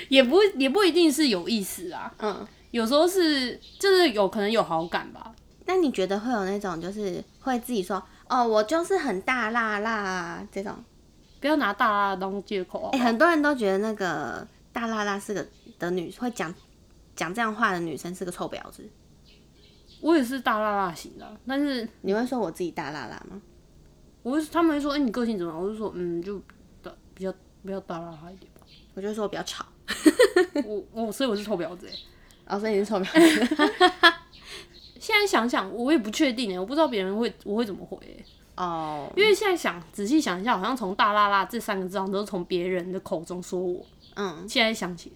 [SPEAKER 1] 也不也不一定是有意思啊，
[SPEAKER 2] 嗯，
[SPEAKER 1] 有时候是就是有可能有好感吧，
[SPEAKER 2] 那你觉得会有那种就是会自己说哦，我就是很大辣辣啊这种？
[SPEAKER 1] 不要拿大家当借口好不
[SPEAKER 2] 哎、
[SPEAKER 1] 好
[SPEAKER 2] 很多人都觉得那个大辣辣是个的女会讲讲这样话的女生是个臭婊子。
[SPEAKER 1] 我也是大辣辣型的啊，但是
[SPEAKER 2] 你会说我自己大辣辣吗？
[SPEAKER 1] 我会他们会说，哎、你个性怎么样？我就说，嗯，就大比较比较大辣辣一点吧。
[SPEAKER 2] 我就说我比较吵，
[SPEAKER 1] 我我所以我是臭婊子、欸。
[SPEAKER 2] 哦，所以你是臭婊子。
[SPEAKER 1] 现在想想，我也不确定哎、我不知道别人会我会怎么回、欸，
[SPEAKER 2] 哦，
[SPEAKER 1] 因为现在想仔细想一下，好像从“大辣辣”这三个字，好像都是从别人的口中说我。
[SPEAKER 2] 嗯，
[SPEAKER 1] 现在想起，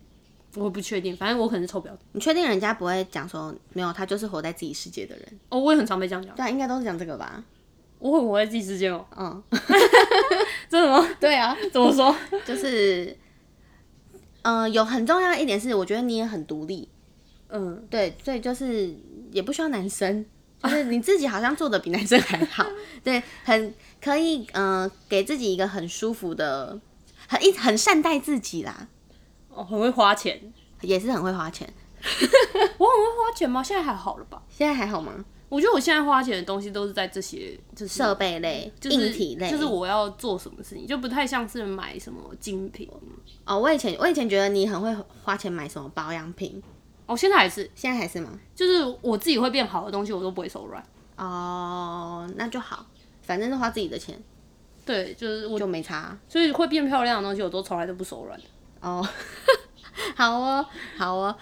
[SPEAKER 1] 我也不确定，反正我可能是臭婊子。
[SPEAKER 2] 你确定人家不会讲说没有，他就是活在自己世界的人？
[SPEAKER 1] 哦，我也很常被这样讲，
[SPEAKER 2] 对啊，应该都是讲这个吧？
[SPEAKER 1] 我很活在自己世界哦。
[SPEAKER 2] 嗯，
[SPEAKER 1] 真的吗？
[SPEAKER 2] 对啊，
[SPEAKER 1] 怎么说？
[SPEAKER 2] 就是，嗯、有很重要的一点是，我觉得你也很独立，
[SPEAKER 1] 嗯，
[SPEAKER 2] 对，所以就是也不需要男生，就是你自己好像做的比男生还 好，对，很可以，嗯、给自己一个很舒服的，很一很善待自己啦，
[SPEAKER 1] 哦，很会花钱。
[SPEAKER 2] 也是很会花钱。
[SPEAKER 1] 我很会花钱吗？现在还好了吧？
[SPEAKER 2] 现在还好吗？
[SPEAKER 1] 我觉得我现在花钱的东西都是在这些，就是
[SPEAKER 2] 设备类、
[SPEAKER 1] 就是
[SPEAKER 2] 硬体类，
[SPEAKER 1] 就是我要做什么事情，就不太像是买什么精品。
[SPEAKER 2] 哦，我以前我以前觉得你很会花钱买什么保养品，
[SPEAKER 1] 哦，现在还是，
[SPEAKER 2] 现在还是吗？
[SPEAKER 1] 就是我自己会变好的东西，我都不会手软。
[SPEAKER 2] 哦，那就好，反正是花自己的钱，
[SPEAKER 1] 对，就是我
[SPEAKER 2] 就没差。
[SPEAKER 1] 所以会变漂亮的东西，我都从来都不手软。
[SPEAKER 2] 哦，好哦，好哦，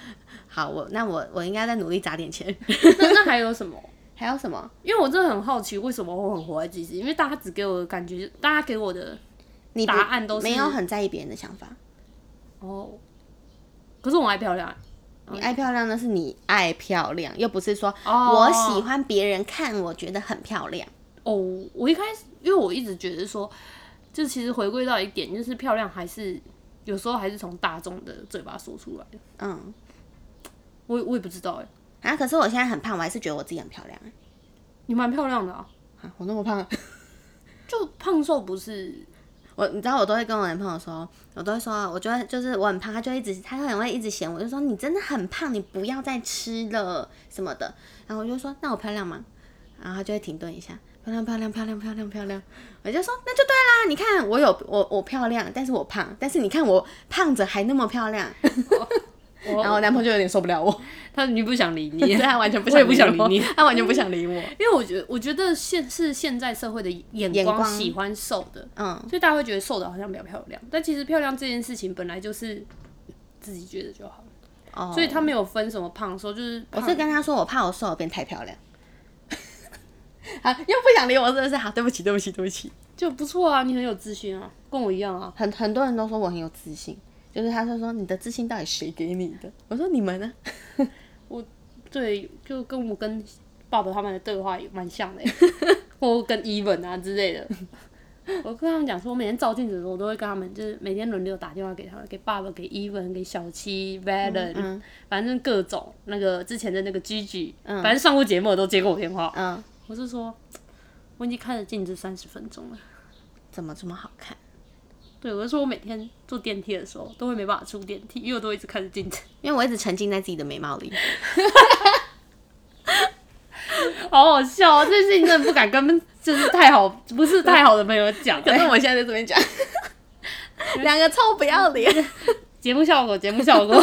[SPEAKER 2] 好我那我我应该再努力砸点钱。
[SPEAKER 1] 那那还有什么？
[SPEAKER 2] 还有什么？
[SPEAKER 1] 因为我真的很好奇，为什么我很活在自己？因为大家只给我的感觉，大家给我的
[SPEAKER 2] 你不
[SPEAKER 1] 答案都是
[SPEAKER 2] 没有很在意别人的想法。
[SPEAKER 1] 哦，可是我爱漂亮，欸
[SPEAKER 2] 你爱漂亮，那是你爱漂亮，又不是说
[SPEAKER 1] 哦
[SPEAKER 2] 我喜欢别人看我觉得很漂亮。
[SPEAKER 1] 哦，我一开始因为我一直觉得说，就其实回归到一点，就是漂亮还是有时候还是从大众的嘴巴说出来的。
[SPEAKER 2] 嗯
[SPEAKER 1] 我我也不知道哎、
[SPEAKER 2] 啊，可是我现在很胖，我还是觉得我自己很漂亮。
[SPEAKER 1] 你蛮漂亮的啊，
[SPEAKER 2] 啊，我那么胖，
[SPEAKER 1] 就胖瘦不是
[SPEAKER 2] 我你知道我都会跟我男朋友说，我都会说，我觉得就是我很胖，他就一直他很会一直嫌我，就说你真的很胖，你不要再吃了什么的。然后我就说那我漂亮吗？然后他就会停顿一下，漂亮漂亮漂亮漂亮漂亮，我就说那就对啦，你看我有我我漂亮，但是我胖，但是你看我胖着还那么漂亮，
[SPEAKER 1] 我
[SPEAKER 2] 然后我男朋友就有点受不了我，
[SPEAKER 1] 他你不想 理
[SPEAKER 2] 对
[SPEAKER 1] 你。
[SPEAKER 2] 他完全不
[SPEAKER 1] 我也
[SPEAKER 2] 想
[SPEAKER 1] 不想理
[SPEAKER 2] 我
[SPEAKER 1] 你，
[SPEAKER 2] 他完全不想理我，
[SPEAKER 1] 因为我觉得，我觉得现是现在社会的眼
[SPEAKER 2] 眼
[SPEAKER 1] 光
[SPEAKER 2] 光
[SPEAKER 1] 喜欢瘦的，
[SPEAKER 2] 嗯，
[SPEAKER 1] 所以大家会觉得瘦的好像比较漂亮，但其实漂亮这件事情本来就是自己觉得就好了。
[SPEAKER 2] 哦
[SPEAKER 1] 所以他没有分什么胖瘦，就是
[SPEAKER 2] 我
[SPEAKER 1] 胖
[SPEAKER 2] 是跟他说，我怕我瘦了变太漂 亮。啊，又不想理我，真的是好，对不起，对不起，对不起。
[SPEAKER 1] 就不错啊，你很有自信啊，跟我一样啊。
[SPEAKER 2] 很很多人都说我很有自信，就是他就说你的自信到底谁给你的？我说你们呢？
[SPEAKER 1] 对，就跟我跟爸爸他们的对话也蛮像的， 或跟 Even 啊之类的。我跟他们讲说，我每天照镜子的时候，我都会跟他们，就是每天轮流打电话给他们，给爸爸、给 Even、给小七、Valen，、反
[SPEAKER 2] 嗯
[SPEAKER 1] 正各种那个之前的那个 Gigi，、反正上过节目的都接过我电话。
[SPEAKER 2] 嗯，
[SPEAKER 1] 我是说，我已经看着镜子三十分钟了。
[SPEAKER 2] 怎么这么好看？
[SPEAKER 1] 对，我就说我每天坐电梯的时候都会没办法出电梯，因为我都一直看着镜子。
[SPEAKER 2] 因为我一直沉浸在自己的美 貌里。
[SPEAKER 1] 好好笑哦！这件事情真的不敢跟，就是太好，不是太好的朋友讲。欸
[SPEAKER 2] 可是我现在在这边 讲，两个臭不要脸。
[SPEAKER 1] 节目效果，节目效果，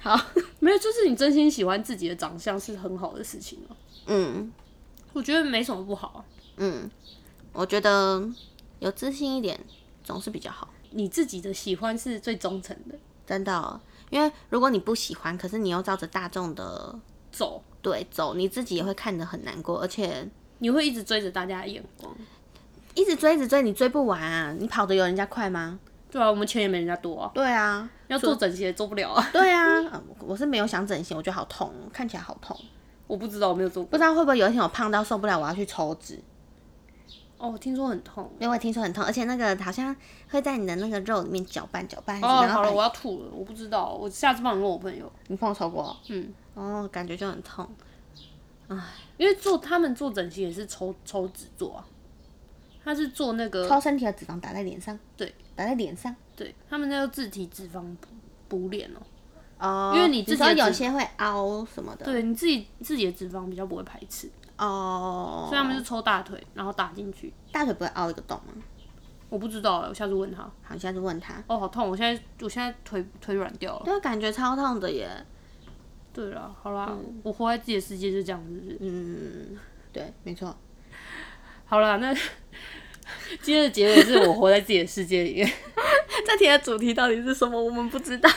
[SPEAKER 2] 好，
[SPEAKER 1] 没有，就是你真心喜欢自己的长相是很好的事情哦、
[SPEAKER 2] 嗯
[SPEAKER 1] 我觉得没什么不好啊。
[SPEAKER 2] 嗯，我觉得有自信一点总是比较好，
[SPEAKER 1] 你自己的喜欢是最忠诚的，
[SPEAKER 2] 真的哦、因为如果你不喜欢，可是你又照着大众的
[SPEAKER 1] 走，
[SPEAKER 2] 对走，你自己也会看得很难过，而且
[SPEAKER 1] 你会一直追着大家的眼光。
[SPEAKER 2] 一直追，一直追，你追不完啊！你跑得有人家快吗？
[SPEAKER 1] 对啊，我们钱也没人家多啊，
[SPEAKER 2] 对啊，
[SPEAKER 1] 要做整形也做不了啊。
[SPEAKER 2] 对啊，呃我我是没有想整形，我觉得好痛哦，看起来好痛，
[SPEAKER 1] 我不知道，我没有做过
[SPEAKER 2] 不。知道会不会有一天我胖到受不了，我要去抽脂，
[SPEAKER 1] 哦，听说很痛。
[SPEAKER 2] 因为我听说很痛，而且那个好像会在你的那个肉里面搅拌搅拌，
[SPEAKER 1] 哦，
[SPEAKER 2] 然后
[SPEAKER 1] 好了，
[SPEAKER 2] 把
[SPEAKER 1] 我要吐了，我不知道，我下次帮你问我朋友。
[SPEAKER 2] 你碰抽过，
[SPEAKER 1] 嗯，
[SPEAKER 2] 哦，感觉就很痛，
[SPEAKER 1] 因为做他们做整形也是抽抽脂做啊，他是做那个
[SPEAKER 2] 抽身体的脂肪打在脸上，
[SPEAKER 1] 对，
[SPEAKER 2] 打在脸上，
[SPEAKER 1] 对，他们那叫自体脂肪补补脸哦。
[SPEAKER 2] 哦，
[SPEAKER 1] 因为你自己
[SPEAKER 2] 说
[SPEAKER 1] 的脂
[SPEAKER 2] 有些会凹什么的，，
[SPEAKER 1] 对，你自己自己的脂肪比较不会排斥，
[SPEAKER 2] 哦，
[SPEAKER 1] 所以他们就抽大腿，然后打进去。
[SPEAKER 2] 大腿不会凹一个洞吗？
[SPEAKER 1] 我不知道欸，我下次问他。
[SPEAKER 2] 好，你下次问他，
[SPEAKER 1] 哦，好痛！我现在我现在腿腿软掉了。
[SPEAKER 2] 对，啊感觉超痛的耶，
[SPEAKER 1] 对了，好啦，我活在自己的世界就这样子。嗯，
[SPEAKER 2] 嗯，对，没错，
[SPEAKER 1] 好啦，那 今天的结尾是我活在自己的世界里面，
[SPEAKER 2] 这题的主题到底是什么？我们不知道。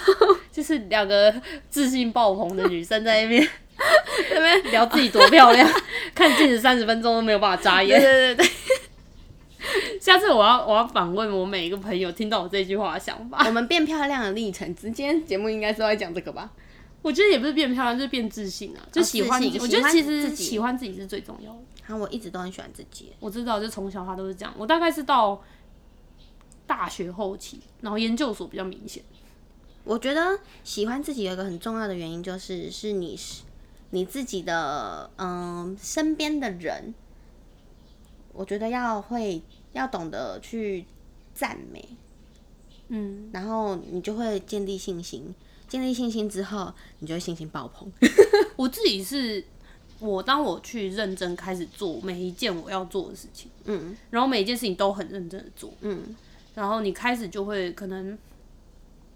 [SPEAKER 1] 就是两个自信爆棚的女生在那边 那边聊自己多漂亮， 看镜子三十分钟都没有办法眨眼。
[SPEAKER 2] 对对对，
[SPEAKER 1] 下次我要我要访问我每一个朋友，听到我这句话的想法。
[SPEAKER 2] 我们变漂亮的历程，今天节目应该是在讲这个吧？
[SPEAKER 1] 我觉得也不是变漂亮，就是变自信啊，就喜欢
[SPEAKER 2] 哦自
[SPEAKER 1] 自己。
[SPEAKER 2] 信
[SPEAKER 1] 我
[SPEAKER 2] 喜
[SPEAKER 1] 觉得
[SPEAKER 2] 欢
[SPEAKER 1] 其实
[SPEAKER 2] 自己
[SPEAKER 1] 喜欢自己是最重要的。
[SPEAKER 2] 好，我一直都很喜欢自己。
[SPEAKER 1] 我知道，就从小他都是这样。我大概是到大学后期，然后研究所比较明显。
[SPEAKER 2] 我觉得喜欢自己有一个很重要的原因，就是是你是你自己的，嗯，身边的人，我觉得要会要懂得去赞美，
[SPEAKER 1] 嗯，
[SPEAKER 2] 然后你就会建立信心。建立信心之后，你就会信心爆棚。
[SPEAKER 1] 我自己是，我当我去认真开始做每一件我要做的事情，
[SPEAKER 2] 嗯
[SPEAKER 1] 然后每一件事情都很认真的做，
[SPEAKER 2] 嗯
[SPEAKER 1] 然后你开始就会可能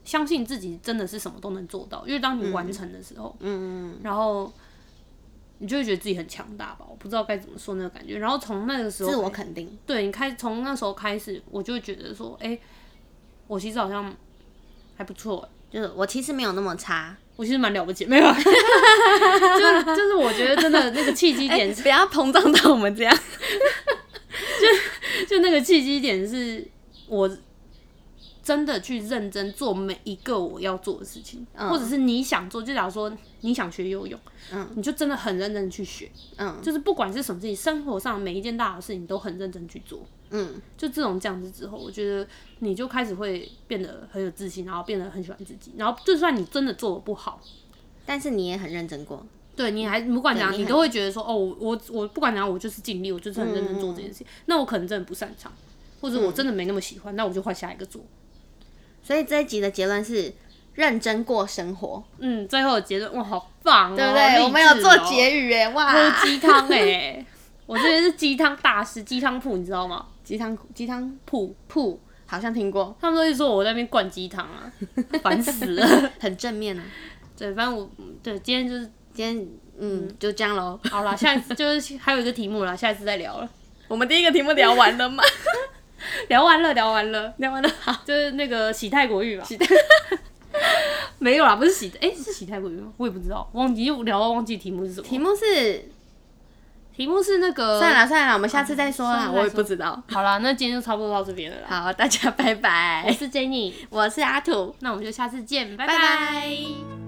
[SPEAKER 1] 相信自己真的是什么都能做到，因为当你完成的时候，
[SPEAKER 2] 嗯，
[SPEAKER 1] 然后你就会觉得自己很强大吧，我不知道该怎么说那个感觉。然后从那个时候
[SPEAKER 2] 自我
[SPEAKER 1] 开
[SPEAKER 2] 肯定。
[SPEAKER 1] 对你开从那时候开始，我就会觉得说，哎、我其实好像还不错、欸，
[SPEAKER 2] 就是我其实没有那么差，
[SPEAKER 1] 我其实蛮了不起，没有啊， 就是就是我觉得真的那个契 机点是，
[SPEAKER 2] 哎不要膨胀到我们这样。
[SPEAKER 1] 就那个契机点是我真的去认真做每一个我要做的事情，
[SPEAKER 2] 嗯
[SPEAKER 1] 或者是你想做，就假如说你想学游泳，
[SPEAKER 2] 嗯
[SPEAKER 1] 你就真的很认真地去学，
[SPEAKER 2] 嗯
[SPEAKER 1] 就是不管是什么事情，生活上每一件大的事情都很认真去做，
[SPEAKER 2] 嗯，
[SPEAKER 1] 就这种这样子之后，我觉得你就开始会变得很有自信，然后变得很喜欢自己，然后就算你真的做的不好，
[SPEAKER 2] 但是你也很认真过，
[SPEAKER 1] 对你还不管怎样，
[SPEAKER 2] 对
[SPEAKER 1] 你
[SPEAKER 2] 你很
[SPEAKER 1] 都会觉得说，哦，我我我不管怎样，我就是尽力，我就是很认真做这件
[SPEAKER 2] 嗯
[SPEAKER 1] 事情。那我可能真的不擅长，或者我真的没那么喜欢，那我就换下一个做。
[SPEAKER 2] 所以这一集的结论是认真过生活，
[SPEAKER 1] 嗯，最后的结论哇，好棒、哦，
[SPEAKER 2] 对不对？
[SPEAKER 1] 励
[SPEAKER 2] 我们有
[SPEAKER 1] 志
[SPEAKER 2] 做
[SPEAKER 1] 哦
[SPEAKER 2] 结语哎，
[SPEAKER 1] 喝
[SPEAKER 2] 哇，
[SPEAKER 1] 鸡汤哎，我这边是鸡汤大师，鸡汤铺你知道吗？
[SPEAKER 2] 鸡汤鸡汤铺铺好像听过，
[SPEAKER 1] 他们都一直说我在那边灌鸡汤啊，烦死 了。
[SPEAKER 2] 很正面啊。
[SPEAKER 1] 对，反正我嗯对今天就是
[SPEAKER 2] 今天嗯就这样喽，
[SPEAKER 1] 好啦，下一次就是还有一个题目啦，下一次再聊了。
[SPEAKER 2] 我们第一个题目聊完了吗？
[SPEAKER 1] 聊完了，聊完了，
[SPEAKER 2] 聊完了，好，
[SPEAKER 1] 就是那个洗泰国浴吧。 没有啦，不是洗，哎、是洗泰国浴吗？我也不知道，忘记又聊到忘记题目是什么。
[SPEAKER 2] 题目是
[SPEAKER 1] 题目是那个
[SPEAKER 2] 算了啦算了啦，我们下次再说
[SPEAKER 1] 算
[SPEAKER 2] 啦，
[SPEAKER 1] 了再说
[SPEAKER 2] 我也不知道。
[SPEAKER 1] 好啦，那今天就差不多到这边了啦。
[SPEAKER 2] 好，大家
[SPEAKER 1] 我
[SPEAKER 2] 拜拜，
[SPEAKER 1] 是 Jenny，
[SPEAKER 2] 我是阿土，
[SPEAKER 1] 那我们就下次见，拜
[SPEAKER 2] 拜
[SPEAKER 1] 拜
[SPEAKER 2] 拜